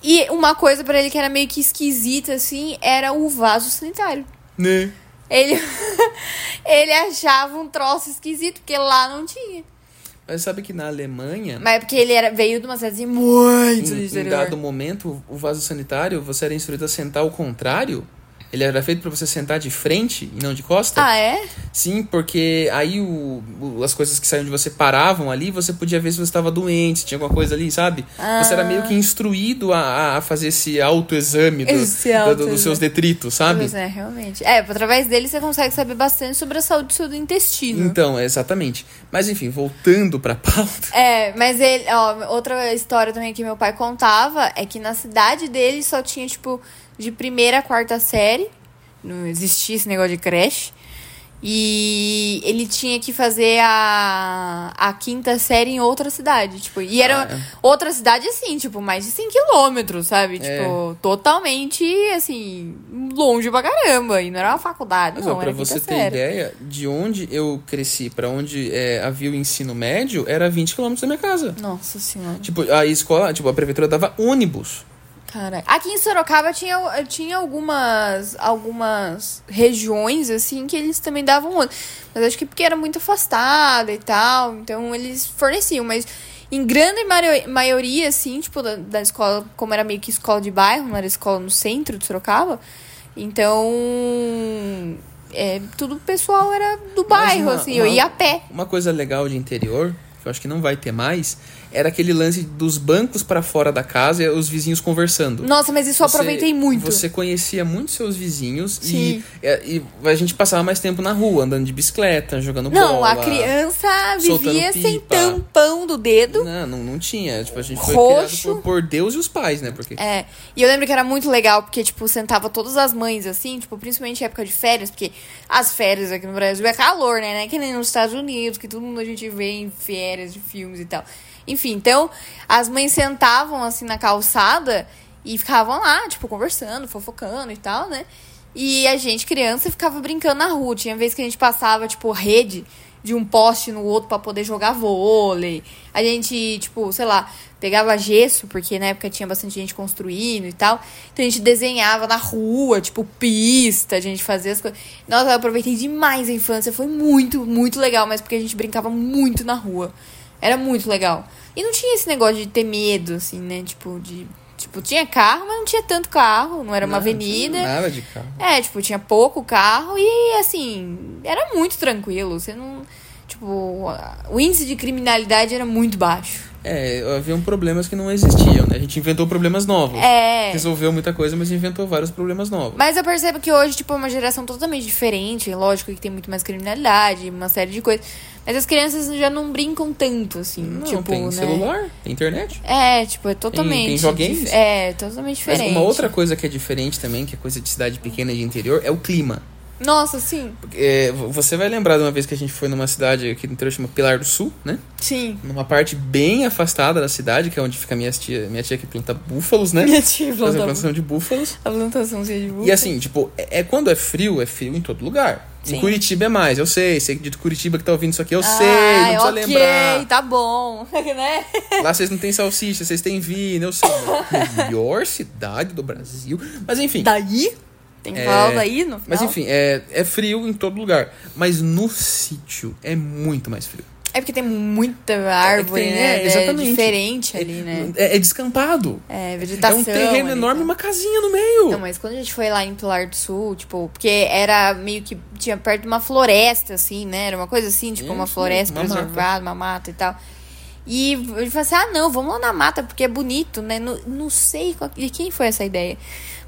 E uma coisa pra ele que era meio que esquisita, assim, era o vaso sanitário.
Né?
Ele, <laughs> ele achava um troço esquisito, porque lá não tinha.
Mas sabe que na Alemanha,
Mas é porque ele era, veio de uma cidadezinha muito
em, em
interior.
dado momento, o vaso sanitário, você era instruído a sentar ao contrário. Ele era feito pra você sentar de frente e não de costa.
Ah, é?
Sim, porque aí o, o- as coisas que saíam de você paravam ali, você podia ver se você estava doente, se tinha alguma coisa ali, sabe? Você era
Ah.
meio que instruído a- a, a fazer esse autoexame do,
Esse
da- do-
autoexame.
dos seus detritos, sabe?
Pois é, realmente. É, através dele você consegue saber bastante sobre a saúde do seu intestino.
Então, exatamente. Mas enfim, voltando pra <laughs> pauta.
É, mas ele, ó, outra história também que meu pai contava é que na cidade dele só tinha, tipo, de primeira a quarta série. Não existia esse negócio de creche. E ele tinha que fazer a, a quinta série em outra cidade, tipo, e era
Ah, é.
outra cidade assim, tipo, mais de 100 quilômetros, sabe?
É.
Tipo, totalmente, assim, longe pra caramba, e não era uma faculdade,
Mas,
não, é
ó, pra
era quinta
você ter
série.
ideia, de onde eu cresci pra onde é, havia o ensino médio, era 20 km da minha casa.
Nossa senhora.
Tipo, a escola, tipo, a prefeitura dava ônibus.
Caralho. Aqui em Sorocaba tinha, tinha algumas, algumas regiões, assim, que eles também davam ônibus. Mas acho que porque era muito afastada e tal, então eles forneciam. Mas em grande mario- maioria, assim, tipo, da, da escola, como era meio que escola de bairro, não era escola no centro de Sorocaba, então... É, tudo o pessoal era do bairro,
uma-
assim,
uma-
eu ia a pé.
Uma coisa legal de interior, que eu acho que não vai ter mais, era aquele lance dos bancos pra fora da casa e os vizinhos conversando.
Nossa, mas isso eu
Você-
aproveitei muito.
Você conhecia muito seus vizinhos e, é,
Sim.
e a gente passava mais tempo na rua, andando de bicicleta, jogando
Não,
bola.
a criança
soltando
vivia sem
pipa.
tampão do dedo.
Não, não, não tinha. Tipo, a gente foi
Roxo.
criado por, por Deus e os pais, né? Porque
É, e eu lembro que era muito legal, porque, tipo, sentava todas as mães, assim, tipo, principalmente em época de férias, porque as férias aqui no Brasil é calor, né? Não é que nem nos Estados Unidos, que todo mundo a gente vê em férias de filmes e tal. Enfim, então, as mães sentavam, assim, na calçada e ficavam lá, tipo, conversando, fofocando e tal, né? E a gente, criança, ficava brincando na rua. Tinha vez que a gente passava, tipo, rede de um poste no outro pra poder jogar vôlei. A gente, tipo, sei lá, pegava gesso, porque na época tinha bastante gente construindo e tal. Então a gente desenhava na rua, tipo, pista, a gente fazia as coisas. Nossa, eu aproveitei demais a infância. Foi muito, muito legal, mas porque a gente brincava muito na rua. Era muito legal. E não tinha esse negócio de ter medo, assim, né? Tipo, de. Tipo, tinha carro, mas não tinha tanto carro, não era uma
Não, não tinha
avenida.
Nada de carro.
É, tipo, tinha pouco carro e, assim, era muito tranquilo. Você não. Tipo, a- o índice de criminalidade era muito baixo.
É, haviam problemas que não existiam, né? A gente inventou problemas novos.
É.
Resolveu muita coisa, mas inventou vários problemas novos.
Mas eu percebo que hoje, tipo, é uma geração totalmente diferente. Lógico que tem muito mais criminalidade, uma série de coisas. Mas as crianças já não brincam tanto, assim.
Não,
tipo,
tem
né?
celular, tem internet.
É, tipo, é totalmente.
tem joguinhos?
dif- É, totalmente
Mas
diferente.
uma outra coisa que é diferente também, que é coisa de cidade pequena e de interior, é o clima.
Nossa, sim.
Porque, é, vo- você vai lembrar de uma vez que a gente foi numa cidade aqui no interior chama Pilar do Sul, né?
Sim.
Numa parte bem afastada da cidade, que é onde fica minha tia, minha tia que planta búfalos, né?
Minha tia
Faz a
<laughs> planta
plantação de búfalos.
Tipo, a plantaçãozinha de
E
burro.
assim, tipo, é, é quando é frio, é frio em todo lugar. Em
Sim.
Curitiba é mais, eu sei. Sei que de Curitiba que tá ouvindo isso aqui, eu sei, não
Ai,
precisa
ok,
lembrar.
tá bom. <laughs> né?
Lá vocês não têm salsicha, vocês têm vinho, eu sei. Melhor cidade do Brasil. Mas enfim.
Daí? Tem que
É,
falar o daí no final?
Mas enfim, é, é frio em todo lugar. Mas no sítio é muito mais frio.
É porque tem muita árvore,
É que tem,
né?
é, exatamente.
É diferente ali, né?
É, é descampado.
É,
É
vegetação.
um terreno
ali,
enorme e
tá?
uma casinha no meio.
Não, Então, mas quando a gente foi lá em Pilar do Sul, tipo, porque era meio que tinha perto de uma floresta, assim, né? Era uma coisa assim, tipo,
Isso, né?
uma floresta
uma mata.
preservada, uma mata e tal. E ele falou assim: ah, não, vamos lá na mata, porque é bonito, né? Não, não sei qual- de quem foi essa ideia.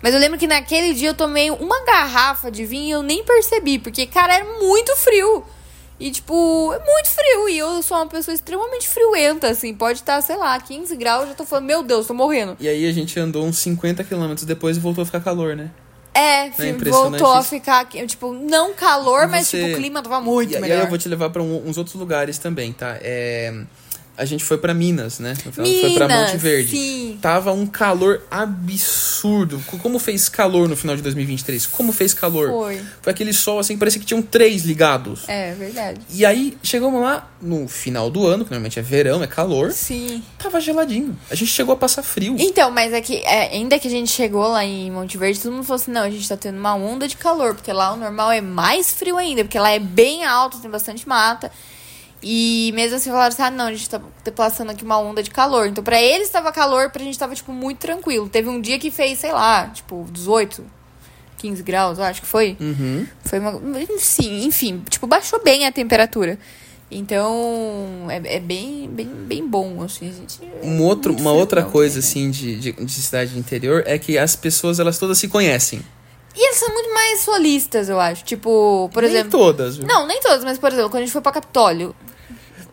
Mas eu lembro que naquele dia eu tomei uma garrafa de vinho e eu nem percebi, porque, cara, era muito frio. E, tipo, é muito frio. E eu sou uma pessoa extremamente friolenta, assim. Pode estar, sei lá, 15 graus, eu já tô falando, meu Deus, tô morrendo.
E aí a gente andou uns 50 quilômetros depois e voltou a ficar calor, né?
É, fi-
impressionante
voltou a
isso?
ficar, aqui, tipo, não calor, mas
Você-
tipo, o clima tava muito
e, e
melhor.
aí eu vou te levar pra um- uns outros lugares também, tá? É, a gente foi pra Minas, né? No final, foi pra
Minas,
Monte Verde.
sim.
Tava um calor absurdo. Co- Como fez calor no final de 2023? Como fez calor?
Foi.
Foi aquele sol assim que parecia que tinham três ligados.
É, verdade.
E aí, chegamos lá no final do ano, que normalmente é verão, é calor.
Sim.
Tava geladinho. A gente chegou a passar frio.
Então, mas é que é, ainda que a gente chegou lá em Monte Verde, todo mundo falou assim: não, a gente tá tendo uma onda de calor, porque lá o normal é mais frio ainda, porque lá é bem alto, tem bastante mata. E mesmo assim falaram assim: ah, não, a gente tá tá passando aqui uma onda de calor. Então, pra eles tava calor, pra gente tava, tipo, muito tranquilo. Teve um dia que fez, sei lá, tipo, 18, 15 graus, eu acho que foi.
Uhum.
Foi uma. Sim, enfim, tipo, baixou bem a temperatura. Então, é, é bem, bem, bem bom, assim, a gente.
Um outro,
Muito
uma
frio
outra
não,
coisa,
né?
assim, de, de, de cidade de interior é que as pessoas, elas todas se conhecem.
E eles são muito mais solistas, eu acho. Tipo, por
Nem
exemplo.
todas, viu?
Não, nem todos, mas por exemplo, quando a gente foi pra Capitólio.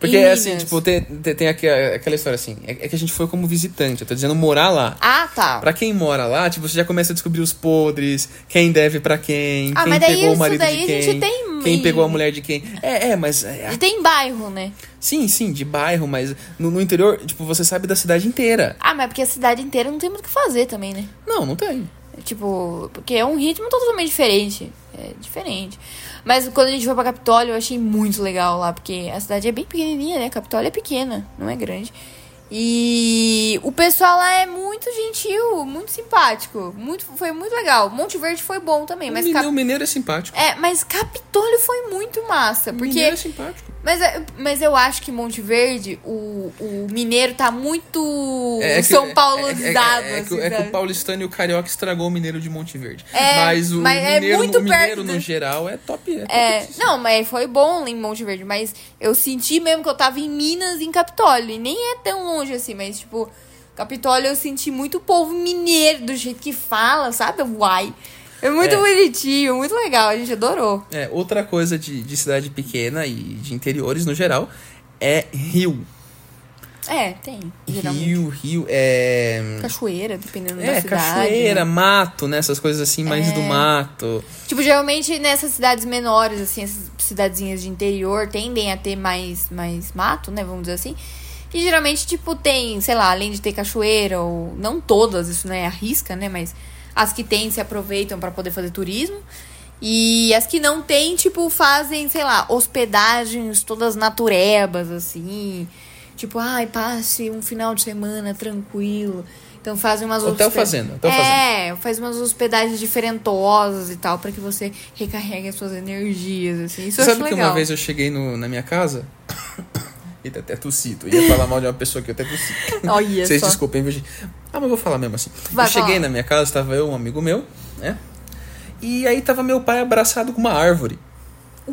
Porque
Em
é assim,
Minas.
tipo, tem, tem, tem aqui- aquela história assim. É, é que a gente foi como visitante. Eu tô dizendo morar lá.
Ah, tá.
Pra quem mora lá, tipo, você já começa a descobrir os podres, quem deve pra quem,
Ah,
quem
mas daí
pegou o
isso
marido
daí
de
a
quem,
gente tem um
quem
em-
pegou a mulher de quem. É, é, mas é,
E tem bairro, né?
Sim, sim, de bairro, mas no, no interior, tipo, você sabe da cidade inteira.
Ah, mas porque a cidade inteira não tem muito o que fazer também, né?
Não, não tem.
Tipo, porque é um ritmo totalmente diferente. É diferente. Mas quando a gente foi pra Capitólio, eu achei muito legal lá, porque a cidade é bem pequenininha, né? Capitólio é pequena, não é grande. E o pessoal lá é muito gentil, muito simpático. Muito, foi muito legal. Monte Verde foi bom também, mas,
o,
Cap-
mineiro, o mineiro é simpático.
é, mas Capitólio foi muito massa.
O
Porque
mineiro é simpático.
Mas, é- mas eu acho que Monte Verde, o, o mineiro tá muito
É, é que-
São Paulo
é, é, é,
dado,
é, que,
assim,
é que
sabe?
o paulistano e o carioca estragou o mineiro de Monte Verde.
É,
mas o
mas é
mineiro,
muito
o mineiro
perto
no
do-
geral é top. É, top
É, não, mas foi bom em Monte Verde, mas eu senti mesmo que eu tava em Minas, em Capitólio, e nem é tão longe assim, mas tipo, Capitólio eu senti muito o povo mineiro, do jeito que fala, sabe? Uai. É muito
É.
bonitinho, muito legal, a gente adorou.
É, outra coisa de, de cidade pequena e de interiores no geral é rio.
É, tem, geralmente.
Rio, rio, é.
Cachoeira, dependendo da
É,
cidade. né? É.
cachoeira, mato, né? Essas coisas assim, mais do mato.
Tipo, geralmente nessas cidades menores, assim, essas cidadezinhas de interior tendem a ter mais, mais mato, né? Vamos dizer assim. E geralmente, tipo, tem, sei lá, além de ter cachoeira, ou não todas, isso não é arrisca, né? Mas as que tem se aproveitam pra poder fazer turismo. E as que não tem, tipo, fazem, sei lá, hospedagens todas naturebas, assim. Tipo, ai, passe um final de semana tranquilo. Então fazem umas
Hotel
hospeda-
fazenda, hotel
é,
fazenda.
é, faz umas hospedagens diferentosas e tal, pra que você recarregue as suas energias, assim. Isso
Você
eu
sabe
acho
que
legal.
uma vez eu cheguei no- na minha casa. <coughs> Eita, até tossi. Eu ia falar mal de uma pessoa que eu até tossi.
<laughs> Olha
Vocês
só.
desculpem, viu, gente? Ah, mas eu vou falar mesmo assim.
Vai,
eu cheguei
fala.
na minha casa, tava eu, um amigo meu, né? E aí tava meu pai abraçado com uma árvore.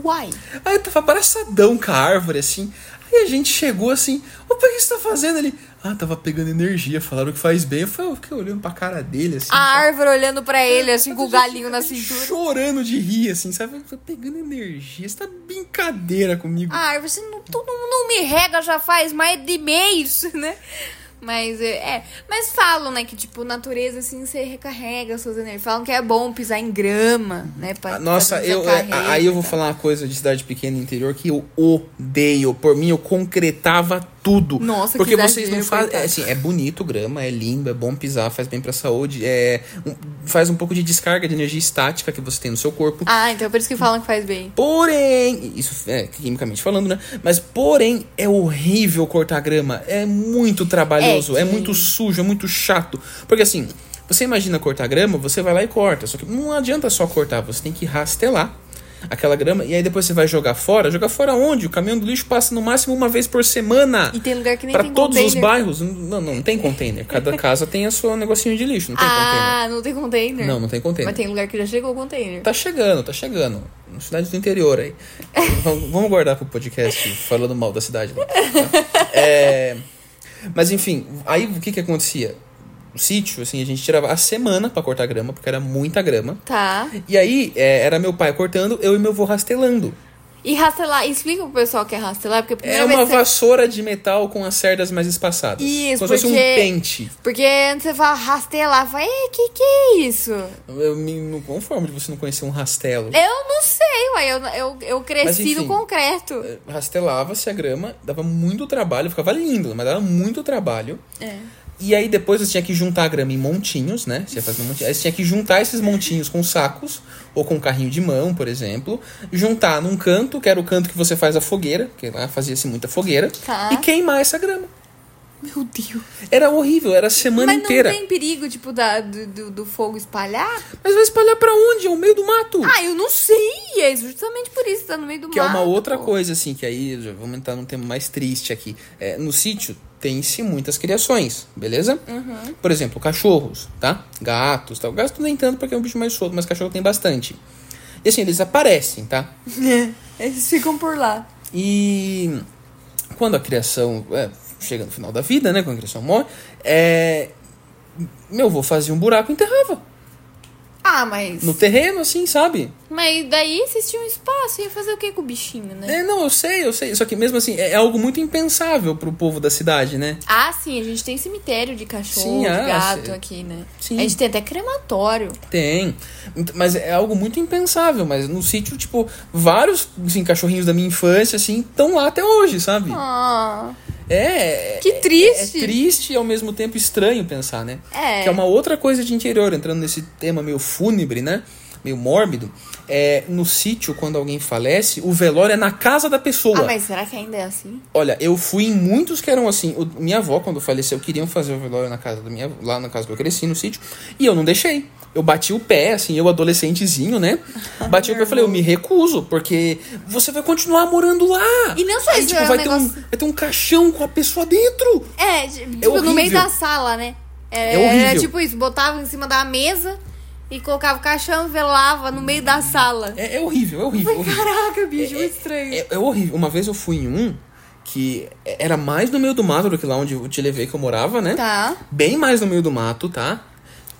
Uai.
Aí eu tava abraçadão com a árvore, assim. Aí a gente chegou assim, opa, o que você tá fazendo ali? Ah, tava pegando energia, falaram que faz bem. Eu, falei, "Ah, eu fiquei olhando pra cara dele, assim.
A árvore olhando pra ele, assim, com o galinho na
Ele
cintura.
Chorando de rir, assim, sabe? Eu tô pegando energia, você tá brincadeira comigo.
A árvore, você não, tu não, não me rega já faz mais de mês, <laughs> né? Mas é, é. Mas falam, né, que tipo, natureza, assim, você recarrega as suas energias. Falam que é bom pisar em grama, né? pra-
Ah, Nossa,
fazer seu
eu, é,
carrego
aí eu
e
vou
tal.
falar uma coisa de cidade pequena e interior que eu odeio. Por mim, eu concretava tudo.
Nossa, que
Porque vocês
exagero,
não fazem.
coitado.
É, assim, é bonito o grama, é lindo, é bom pisar, faz bem pra saúde. É, um- faz um pouco de descarga de energia estática que você tem no seu corpo.
Ah, então é por isso que falam que faz bem.
Porém, isso é quimicamente falando, né? Mas porém é horrível cortar grama, é muito trabalhoso, é,
É que-
muito sujo, é muito chato. Porque assim, você imagina cortar grama, você vai lá e corta, só que não adianta só cortar, você tem que rastelar aquela grama e aí depois você vai jogar fora. Jogar fora onde? O caminhão do lixo passa no máximo uma vez por semana.
E tem lugar que nem
Pra
tem
todos os
container.
bairros, não, não, não tem container. Cada casa tem a sua negocinho de lixo, não tem
Ah, não tem container?
container. Não, não tem container.
Mas tem lugar que já chegou o container.
Tá chegando, tá chegando. Na cidade do interior aí. vamos, vamos guardar pro podcast falando mal da cidade. lá, tá? É, mas enfim, aí o que que acontecia? O sítio, assim, a gente tirava a semana pra cortar grama, porque era muita grama.
Tá.
E aí, é, era meu pai cortando, eu e meu avô rastelando.
E rastelar, explica pro pessoal que é rastelar, porque a
É
primeira
uma
vez que você-
vassoura de metal com as cerdas mais espaçadas.
Isso,
como se fosse um
porque-
pente.
Porque antes você fala rastelar, fala, ei, que que é isso?
Eu me não conformo de você não conhecer um rastelo.
Eu não sei, uai, eu, eu, eu
Mas,
cresci
enfim.
no concreto.
Rastelava-se a grama, dava muito trabalho, ficava lindo, mas dava muito trabalho.
É.
E aí depois você tinha que juntar a grama em montinhos, né? Você ia fazer um montinho. Aí você tinha que juntar esses montinhos com sacos, ou com um carrinho de mão, por exemplo. Juntar num canto, que era o canto que você faz a fogueira, porque lá fazia-se muita fogueira.
Tá.
E queimar essa grama.
Meu Deus.
Era horrível, era a semana
Mas
inteira.
não tem perigo, tipo, da, do, do, do fogo espalhar?
Mas vai espalhar pra onde? É o meio do mato.
Ah, eu não sei, é justamente por isso que tá no meio do
Que é uma
mato,
outra
pô.
coisa, assim, que aí já vamos entrar num tema mais triste aqui. É, no sítio tem-se muitas criações, beleza?
Uhum.
Por exemplo, cachorros, tá? Gatos, tal. Gato nem tanto porque é um bicho mais solto, mas cachorro tem bastante. E assim, eles aparecem, tá?
É, Eles ficam por lá.
E quando a criação é, chega no final da vida, né? Quando a criação morre, é, meu avô fazia um buraco e enterrava.
Ah, Ah, mas.
No terreno, assim, sabe?
É. Mas daí vocês tinham espaço, ia fazer o que com o bichinho, né?
É, não, eu sei, eu sei. Só que mesmo assim, é algo muito impensável pro povo da cidade, né?
Ah, sim, a gente tem cemitério de cachorro,
Sim,
de
ah,
gato
sim.
aqui, né?
Sim.
A gente tem até crematório.
Tem. Ent- Mas é algo muito impensável. Mas no sítio, tipo, vários assim, cachorrinhos da minha infância, assim, estão lá até hoje, sabe?
Ah,
É.
que
é-
triste.
É triste e ao mesmo tempo estranho pensar, né?
É.
Que é uma outra coisa de interior, entrando nesse tema meio fúnebre, né? Meio mórbido. É, no sítio, quando alguém falece, o velório é na casa da pessoa.
Ah, mas será que ainda é assim?
Olha, eu fui em muitos que eram assim. O- minha avó, quando faleceu, queriam fazer o velório na casa da minha, lá na casa que eu cresci, no sítio, e eu não deixei. Eu bati o pé, assim, eu adolescentezinho, né? Bati o pé e falei, eu me recuso, porque você vai continuar morando lá.
E não só
Aí,
isso,
tipo,
é um
vai, ter um,
negócio-
vai ter um caixão com a pessoa dentro.
É, de- tipo,
horrível.
no meio da sala, né? É,
É horrível.
Era tipo isso, botava em cima da mesa e colocava o caixão e velava no meio da sala.
É, é horrível, é horrível. horrível.
Caraca, bicho, muito estranho.
É, é horrível. Uma vez eu fui em um que era mais no meio do mato do que lá onde eu te levei que eu morava, né?
Tá.
Bem mais no meio do mato, tá?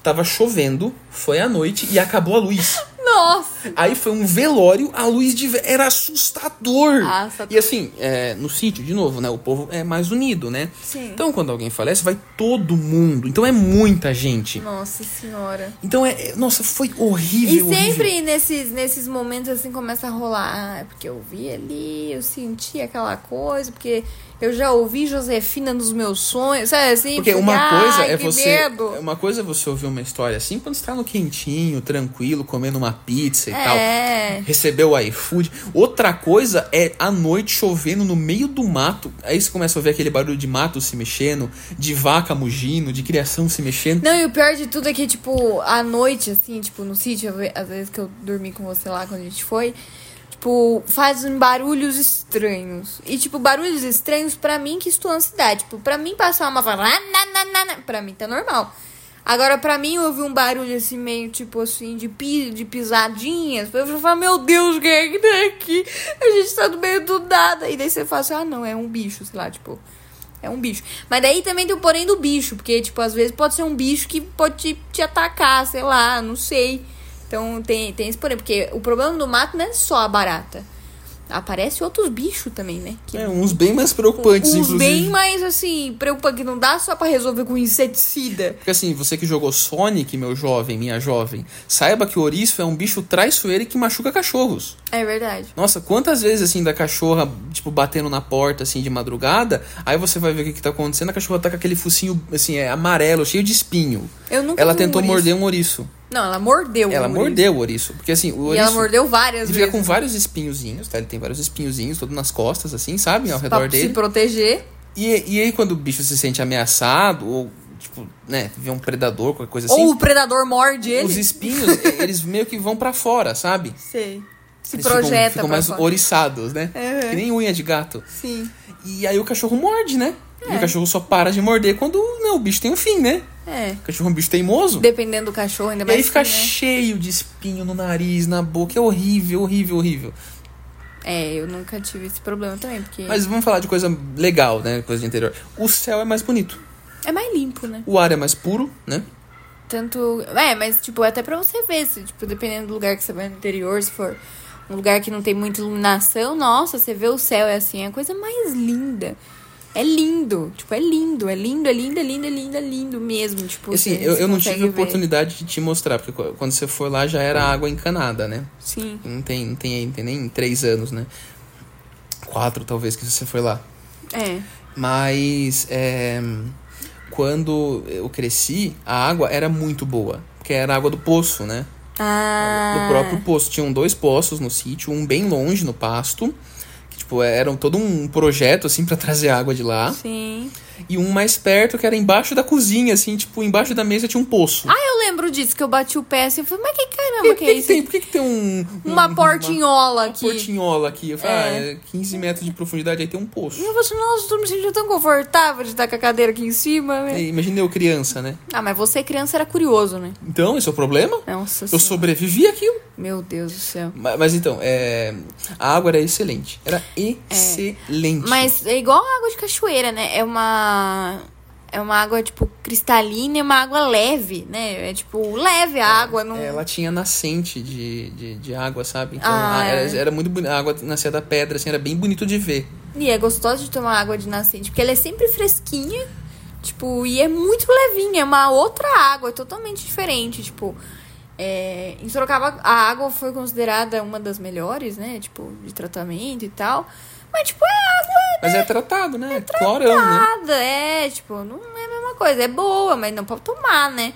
Tava chovendo, foi à noite e acabou a luz.
Nossa!
Aí foi um velório, a luz de ve- era assustador.
Ah, assustador.
E assim, é, no sítio, de novo, né? O povo é mais unido, né?
Sim.
Então, quando alguém falece, vai todo mundo. Então é muita gente.
Nossa senhora.
Então é. é- Nossa, foi
E
horrível. horrível.
sempre nesses, nesses momentos assim começa a rolar. Ah, é porque eu vi ali, eu senti aquela coisa, porque eu já ouvi Josefina nos meus sonhos. Sabe assim?
Porque
fica,
uma coisa
"Ai,
é
que
você.
medo."
Uma coisa é você ouvir uma história assim quando você tá no quentinho, tranquilo, comendo uma pizza e tal.
É.
Recebeu o iFood. Outra coisa é à noite chovendo no meio do mato. Aí você começa a ouvir aquele barulho de mato se mexendo, de vaca mugindo, de criação se mexendo.
Não, e o pior de tudo é que, tipo, à noite, assim, tipo, no sítio, às ve- às vezes que eu dormi com você lá quando a gente foi, tipo, faz um barulhos estranhos. E, tipo, barulhos estranhos pra mim que estou ansiedade. Tipo, pra mim passar uma vaca, lá, na, na, na, na, pra mim tá normal. Agora, pra mim, eu ouvi um barulho assim, meio tipo assim, de, pi, de pisadinhas. Eu falo, meu Deus, quem é que tá aqui? A gente tá no meio do nada. E daí você fala assim, ah, não, é um bicho, sei lá, tipo. É um bicho. Mas daí também tem o porém do bicho, porque, tipo, às vezes pode ser um bicho que pode te, te atacar, sei lá, não sei. Então tem, tem esse porém, porque o problema do mato não é só a barata. Aparece outros bichos também, né? Que
É, uns bem mais preocupantes,
uns
inclusive.
bem mais, assim, preocupa que não dá só pra resolver com inseticida.
Porque assim, você que jogou Sonic, meu jovem, minha jovem, saiba que o ouriço é um bicho traiçoeiro e que machuca cachorros.
É verdade.
Nossa, quantas vezes assim da cachorra, tipo, batendo na porta assim de madrugada, aí você vai ver o que, que tá acontecendo, a cachorra tá com aquele focinho assim, é, amarelo, cheio de espinho.
Eu nunca
Ela
vi um
tentou
ouriço.
morder um ouriço.
Não, ela mordeu.
Ela
o
mordeu o ouriço, porque assim, o
E
ouriço
ela mordeu várias
ele fica
vezes.
com vários espinhozinhos, tá? Ele tem vários espinhozinhos todo nas costas assim, sabe, ao redor
Pra
dele.
se proteger.
E, e aí quando o bicho se sente ameaçado ou tipo, né, vê um predador, qualquer coisa
Ou
assim,
o predador morde ele.
os espinhos, e- eles meio que vão pra fora, sabe?
Sei. <laughs> Se
Eles ficam-
projeta
ficam,
pra
mais
fora.
ouriçados, né?
Uhum.
Que nem unha de gato.
Sim.
E aí o cachorro morde, né? E o cachorro só para de morder quando não, o bicho tem um fim, né?
É.
O cachorro é um bicho teimoso.
Dependendo do cachorro, ainda
e
mais.
aí fica
que, né?
cheio de espinho no nariz, na boca. É horrível, horrível, horrível.
É, eu nunca tive esse problema também, porque.
Mas vamos falar de coisa legal, né? Coisa de interior. O céu é mais bonito.
É mais limpo, né?
O ar é mais puro, né?
Tanto. É, mas, tipo, até pra você ver, se, tipo, dependendo do lugar que você vai no interior, se for um lugar que não tem muita iluminação, nossa, você vê o céu, é assim, é a coisa mais linda. É lindo, tipo, é lindo, é lindo, é lindo, é lindo, é lindo, é lindo mesmo, tipo,
E assim,
você-
eu,
você
eu não
consegue
tive
ver.
oportunidade de te mostrar, porque qu- quando você for lá já era água encanada, né?
Sim.
Não tem, não tem, não tem nem três anos, né? Quatro, talvez, que você foi lá.
É.
Mas é, quando eu cresci, a água era muito boa. Porque era água do poço, né?
Ah.
Do próprio poço. Tinham dois poços no sítio, um bem longe no pasto. Que, tipo, era um- todo um projeto, assim, para trazer água de lá.
Sim.
E um mais perto, que era embaixo da cozinha, assim, tipo, embaixo da mesa tinha um poço.
Ah, eu lembro disso, que eu bati o pé assim, eu falei, mas que
por
caramba que
que,
é
que
isso?
tem, por que, que tem um.
Uma portinhola
Uma
aqui.
portinhola aqui. Eu falei, ah,
É.
é 15 metros de profundidade, aí tem um poço.
E eu falei assim, nossa, eu tô me sentindo tão confortável de estar com a cadeira aqui em cima, né?
É, Imagina eu criança, né?
Ah, mas você criança era curioso, né?
Então, esse é o problema?
Nossa
Eu
senhora.
sobrevivi aquilo.
Meu Deus do céu.
Ma- Mas, então, é, a água era excelente. Era excelente.
Mas é igual a água de cachoeira, né? É uma. É uma água, tipo, cristalina e uma água leve, né? É tipo, leve a água. Não...
É, Ela tinha nascente de, de, de água, sabe? Então
Ah,
a- era,
é.
era muito bonita. A água nascia da pedra, assim, era bem bonito de ver.
E é gostoso de tomar água de nascente, porque ela é sempre fresquinha, tipo, e é muito levinha, é uma outra água, é totalmente diferente, tipo. é, em Sorocaba, a água foi considerada uma das melhores, né? Tipo, de tratamento e tal. Mas, tipo, é água
Mas é tratado, né? Clorão, né?
nada, é, tipo, não é a mesma coisa. É boa, mas não pode tomar, né?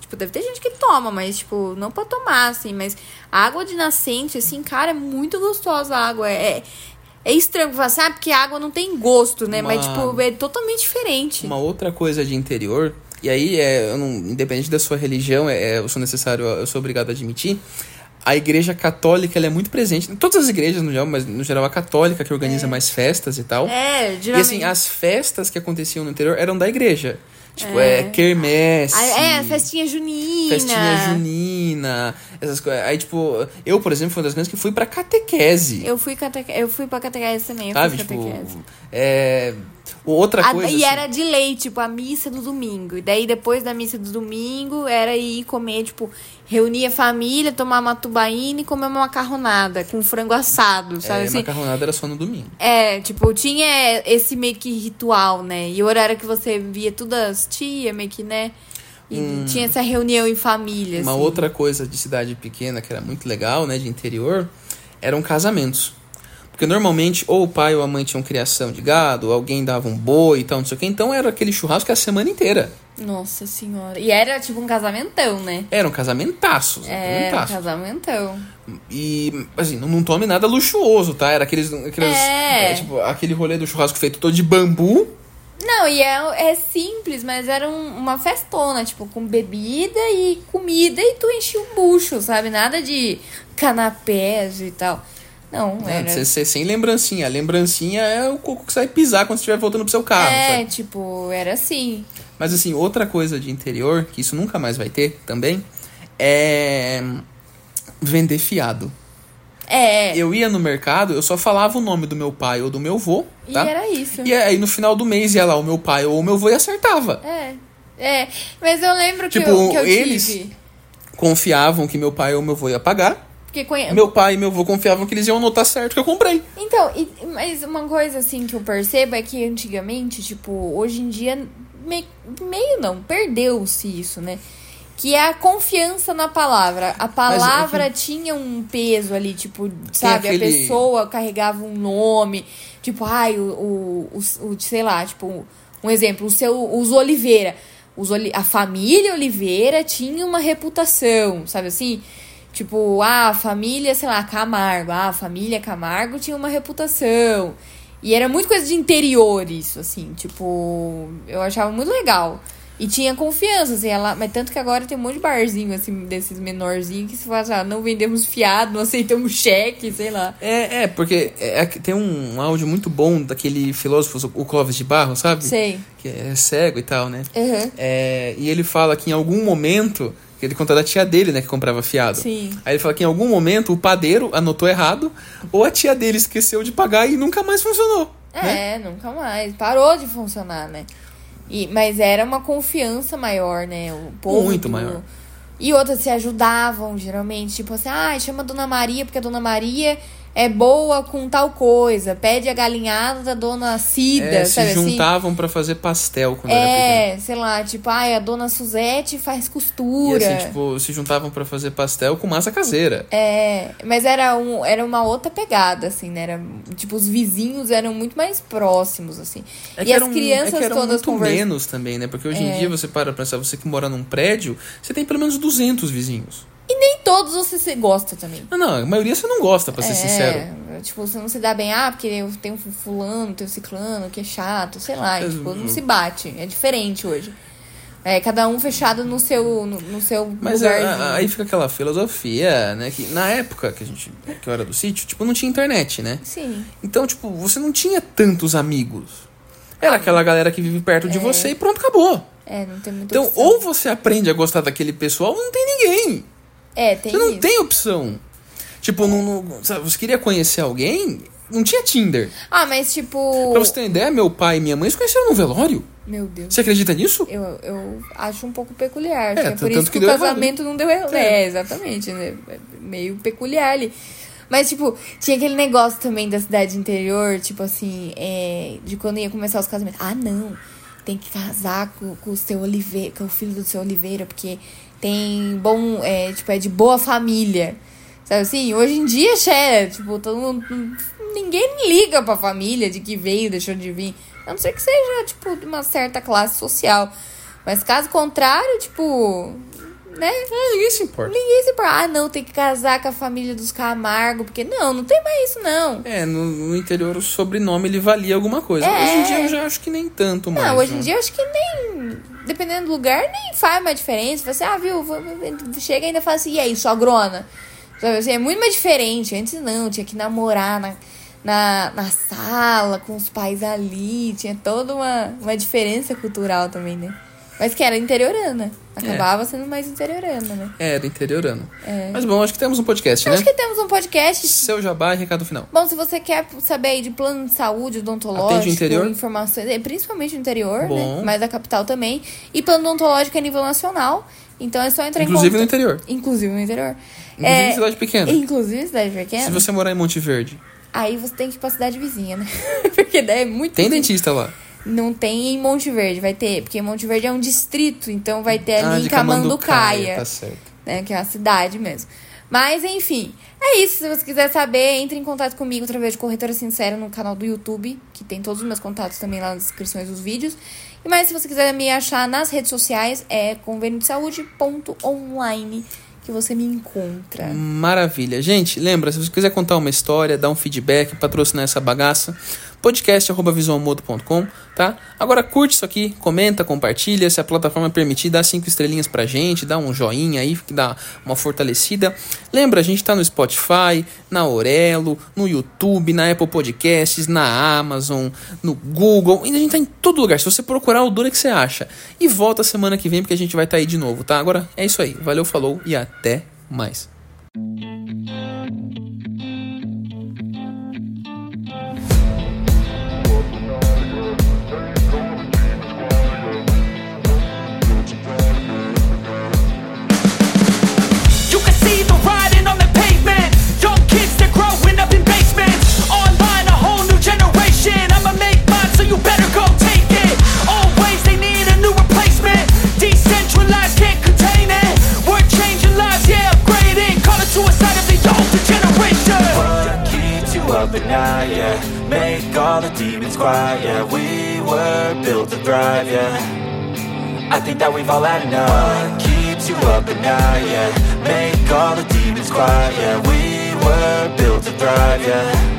Tipo, deve ter gente que toma, mas, tipo, não pode tomar, assim. Mas a água de nascente, assim, cara, é muito gostosa a água. É, é estranho falar assim, ah, porque a água não tem gosto, né? Mas,
Uma-
tipo, é totalmente diferente.
Uma outra coisa de interior, e aí, é, eu não- independente da sua religião, é, é, eu sou necessário, eu sou obrigado a admitir, a igreja católica ela é muito presente. em Todas as igrejas, no geral, mas no geral a católica, que organiza mais festas e tal.
É,
e
geralmente.
assim, as festas que aconteciam no interior eram da igreja. Tipo, é, quermesse.
Ah, É, festinha junina.
festinha junina, essas coisas. Aí, tipo, eu, por exemplo, fui uma das vezes que fui pra catequese.
Eu fui, cateque... eu fui pra catequese também, eu
sabe?
fui
Tipo,
catequese.
é, outra
A-
coisa.
e
assim,
era de lei, tipo, a missa do domingo. E daí, depois da missa do domingo, era ir comer, tipo, reunir a família, tomar uma tubaína e comer uma macarronada com frango assado,
é,
sabe? assim?
macarronada era só no domingo.
É, tipo, tinha esse meio que ritual, né? E o horário que você via todas as tias, meio que, né? E tinha essa reunião em família,
Hum. Uma
assim.
outra coisa de cidade pequena que era muito legal, né, de interior, eram casamentos. Porque normalmente ou o pai ou a mãe tinham criação de gado, ou alguém dava um boi e tal, não sei o que. Então era aquele churrasco a semana inteira.
Nossa senhora. E era, tipo, um casamentão, né?
Era um casamentaço.
Era um
casamentaço.
casamentão.
né? E, assim, não, não tome nada luxuoso, tá? Era aqueles. aqueles
É.
é, tipo, aquele rolê do churrasco feito todo de bambu.
Não, e é, é simples, mas era um- uma festona, tipo, com bebida e comida e tu enchia o bucho, sabe? Nada de canapés e tal. Não, era.
Você você né? sem lembrancinha. A lembrancinha é o coco que você vai pisar quando você estiver voltando pro seu carro. sabe?
é, tipo, era assim.
Mas assim, outra coisa de interior, que isso nunca mais vai ter também, é vender fiado.
É.
Eu ia no mercado, eu só falava o nome do meu pai ou do meu avô, tá?
E era isso.
E aí no final do mês ia lá o meu pai ou o meu avô e acertava.
É. É. Mas eu lembro que
Tipo,
eu, que eu
eles-
tive. É.
Confiavam que meu pai ou meu avô ia pagar.
Porque conhe...
É. Meu pai e meu avô confiavam que eles iam anotar certo que eu comprei.
Então, e- mas uma coisa assim que eu percebo é que antigamente, tipo, hoje em dia, me- meio não, perdeu-se isso, né? Que é a confiança na palavra. A palavra tinha um peso ali, tipo, sabe?
aquele-
A pessoa carregava um nome, tipo, ai, o, o, o- o- sei lá, tipo, um exemplo, o seu, os Oliveira. Os Oli- a família Oliveira tinha uma reputação, sabe assim? Tipo, ah, a família, sei lá, Camargo. Ah, a família Camargo tinha uma reputação. E era muito coisa de interior isso, assim. Tipo, eu achava muito legal. E tinha confiança, assim, ela... Mas tanto que agora tem um monte de barzinho, assim, desses menorzinhos que se faz, ah, não vendemos fiado, não aceitamos cheque, sei lá.
É, é, porque é- é que tem um áudio muito bom daquele filósofo, o Clóvis de Barro, sabe?
Sei.
Que é cego e tal, né?
Uhum.
É, e ele fala que em algum momento, que ele conta da tia dele, né, que comprava fiado.
Sim.
Aí ele fala que em algum momento o padeiro anotou errado, ou a tia dele esqueceu de pagar e nunca mais funcionou. Né?
É, nunca mais. Parou de funcionar, né? E, mas era uma confiança maior, né? O povo
Muito
do-
maior.
E outras se ajudavam, geralmente. Tipo assim, ah, chama a Dona Maria, porque a Dona Maria é boa com tal coisa. Pede a galinhada da Dona Cida,
É,
sabe
se né,
assim?
juntavam pra fazer pastel quando era
É, sei lá, tipo, ai, a Dona Suzete faz
pequeno.
costura.
E assim, tipo, se juntavam pra fazer pastel com massa caseira.
É, mas era, um, era uma outra pegada, assim, né? Era, tipo, os vizinhos eram muito mais próximos, assim. e as
eram-
crianças
é que eram
todas É.
muito
conversando.
menos também, né? Porque hoje em dia você para pra pensar, você que mora num prédio, você tem pelo menos 200 vizinhos. Ah,
Nem todos você se gosta também.
Não, não, a maioria você não gosta, pra ser sincero.
É, tipo, você não se dá bem, ah, porque eu tenho fulano, tenho ciclano, que é chato, sei lá. e,
Mas,
tipo, não
hum.
se bate. É diferente hoje. É, cada um fechado no seu, no, no seu
Mas é,
lugarzinho.
a- a- aí fica aquela filosofia, né? Que na época que a gente que eu era do sítio, tipo, não tinha internet, né?
Sim.
Então, tipo, você não tinha tantos amigos. Era aquela galera que vive perto de você e pronto, acabou.
É, não tem muita
Então,
opção.
ou você aprende a gostar daquele pessoal, ou não tem ninguém.
É, tem
Você não
isso.
tem opção. Tipo, não, não- sabe, você queria conhecer alguém, não tinha Tinder.
Ah, mas tipo...
Pra você ter uma ideia, meu pai e minha mãe se conheceram no velório.
Meu Deus.
Você acredita nisso?
Eu, eu acho um pouco peculiar. Acho
É,
que É,
t-
por
tanto
isso
que
que, o
deu errado.
casamento não deu errado. É, exatamente, né? É Meio peculiar ali. Mas, tipo, tinha aquele negócio também da cidade interior, tipo assim, é, de quando ia começar os casamentos. Ah, não. Tem que casar com, com o seu Oliveira, com o filho do seu Oliveira, porque tem bom. É, tipo, é de boa família. Sabe assim? Hoje em dia, xé, tipo, todo mundo. Ninguém liga pra família de que veio, deixou de vir. A não ser que seja, tipo, de uma certa classe social. Mas caso contrário, tipo. Né?
Ninguém se importa.
Ninguém se importa. Ah, não, tem que casar com a família dos Camargo, porque não, não tem mais isso, não.
É, no, no interior o sobrenome ele valia alguma coisa.
É.
Hoje em dia eu já acho que nem tanto mais.
não, hoje em
né?
dia eu acho que nem. Dependendo do lugar, nem faz mais diferença. Você, ah, viu, vou- vou- chega e ainda fala assim, e aí, sogrona? Sabe assim, é muito mais diferente. Antes não, tinha que namorar na, na, na sala, com os pais ali. Tinha toda uma, uma diferença cultural também, né? Mas que era interiorana. Acabava sendo mais interiorana, né?
É, era interiorano. Mas bom, acho que temos um podcast, né?
É. Acho que temos um podcast
Seu jabá e recado final.
Bom, se você quer saber aí de plano de
Atende
saúde odontológico,
o interior?
informações, é, principalmente o interior,
Bom.
né? Mas da capital também. E plano odontológico a nível nacional. Então é só entrar
Inclusive
em
no
contato.
interior.
Inclusive no interior. É,
Inclusive em cidade pequena.
Inclusive cidade pequena.
Se você morar em Monte Verde,
Aí você tem que ir pra cidade vizinha, né? <laughs> porque daí é muito
tem
difícil.
dentista lá.
Não tem em Monte Verde, vai ter. Porque Monte Verde é um distrito, então vai ter ali
ah,
em
de
Camanducaia
Tá certo.
né? Que é uma cidade mesmo. Mas, enfim, é isso. Se você quiser saber, entre em contato comigo através de Corretora Sincera no canal do YouTube, que tem todos os meus contatos também lá nas descrições dos vídeos. E mais, se você quiser me achar nas redes sociais, é convênio de saúde.online que você me encontra.
Maravilha. Gente, lembra, se você quiser contar uma história, dar um feedback, patrocinar essa bagaça, podcast.visualmodo.com, tá? Agora curte isso aqui, comenta, compartilha, se a plataforma permitir, dá cinco estrelinhas pra gente, dá um joinha aí, que dá uma fortalecida. Lembra, a gente tá no Spotify, na Aurelo, no YouTube, na Apple Podcasts, na Amazon, no Google, ainda a gente tá em todo lugar. Se você procurar, o dura que você acha. E volta semana que vem, porque a gente vai estar tá aí de novo, tá? Agora é isso aí. Valeu, falou e até mais.
You can see them riding on the pavement. Young kids, they're growing up in basements. Online, a whole new generation. I'ma make mine, so you better go take it. Always, they need a new replacement. Decentralized, can't contain it. We're changing lives, yeah, upgrading. Call it suicide of the older generation.
What keeps you up at night, yeah Make all the demons quiet, yeah We were built to thrive, yeah I think that we've all had enough What keeps you up at night, yeah Make all the demons quiet, yeah We were built to thrive, yeah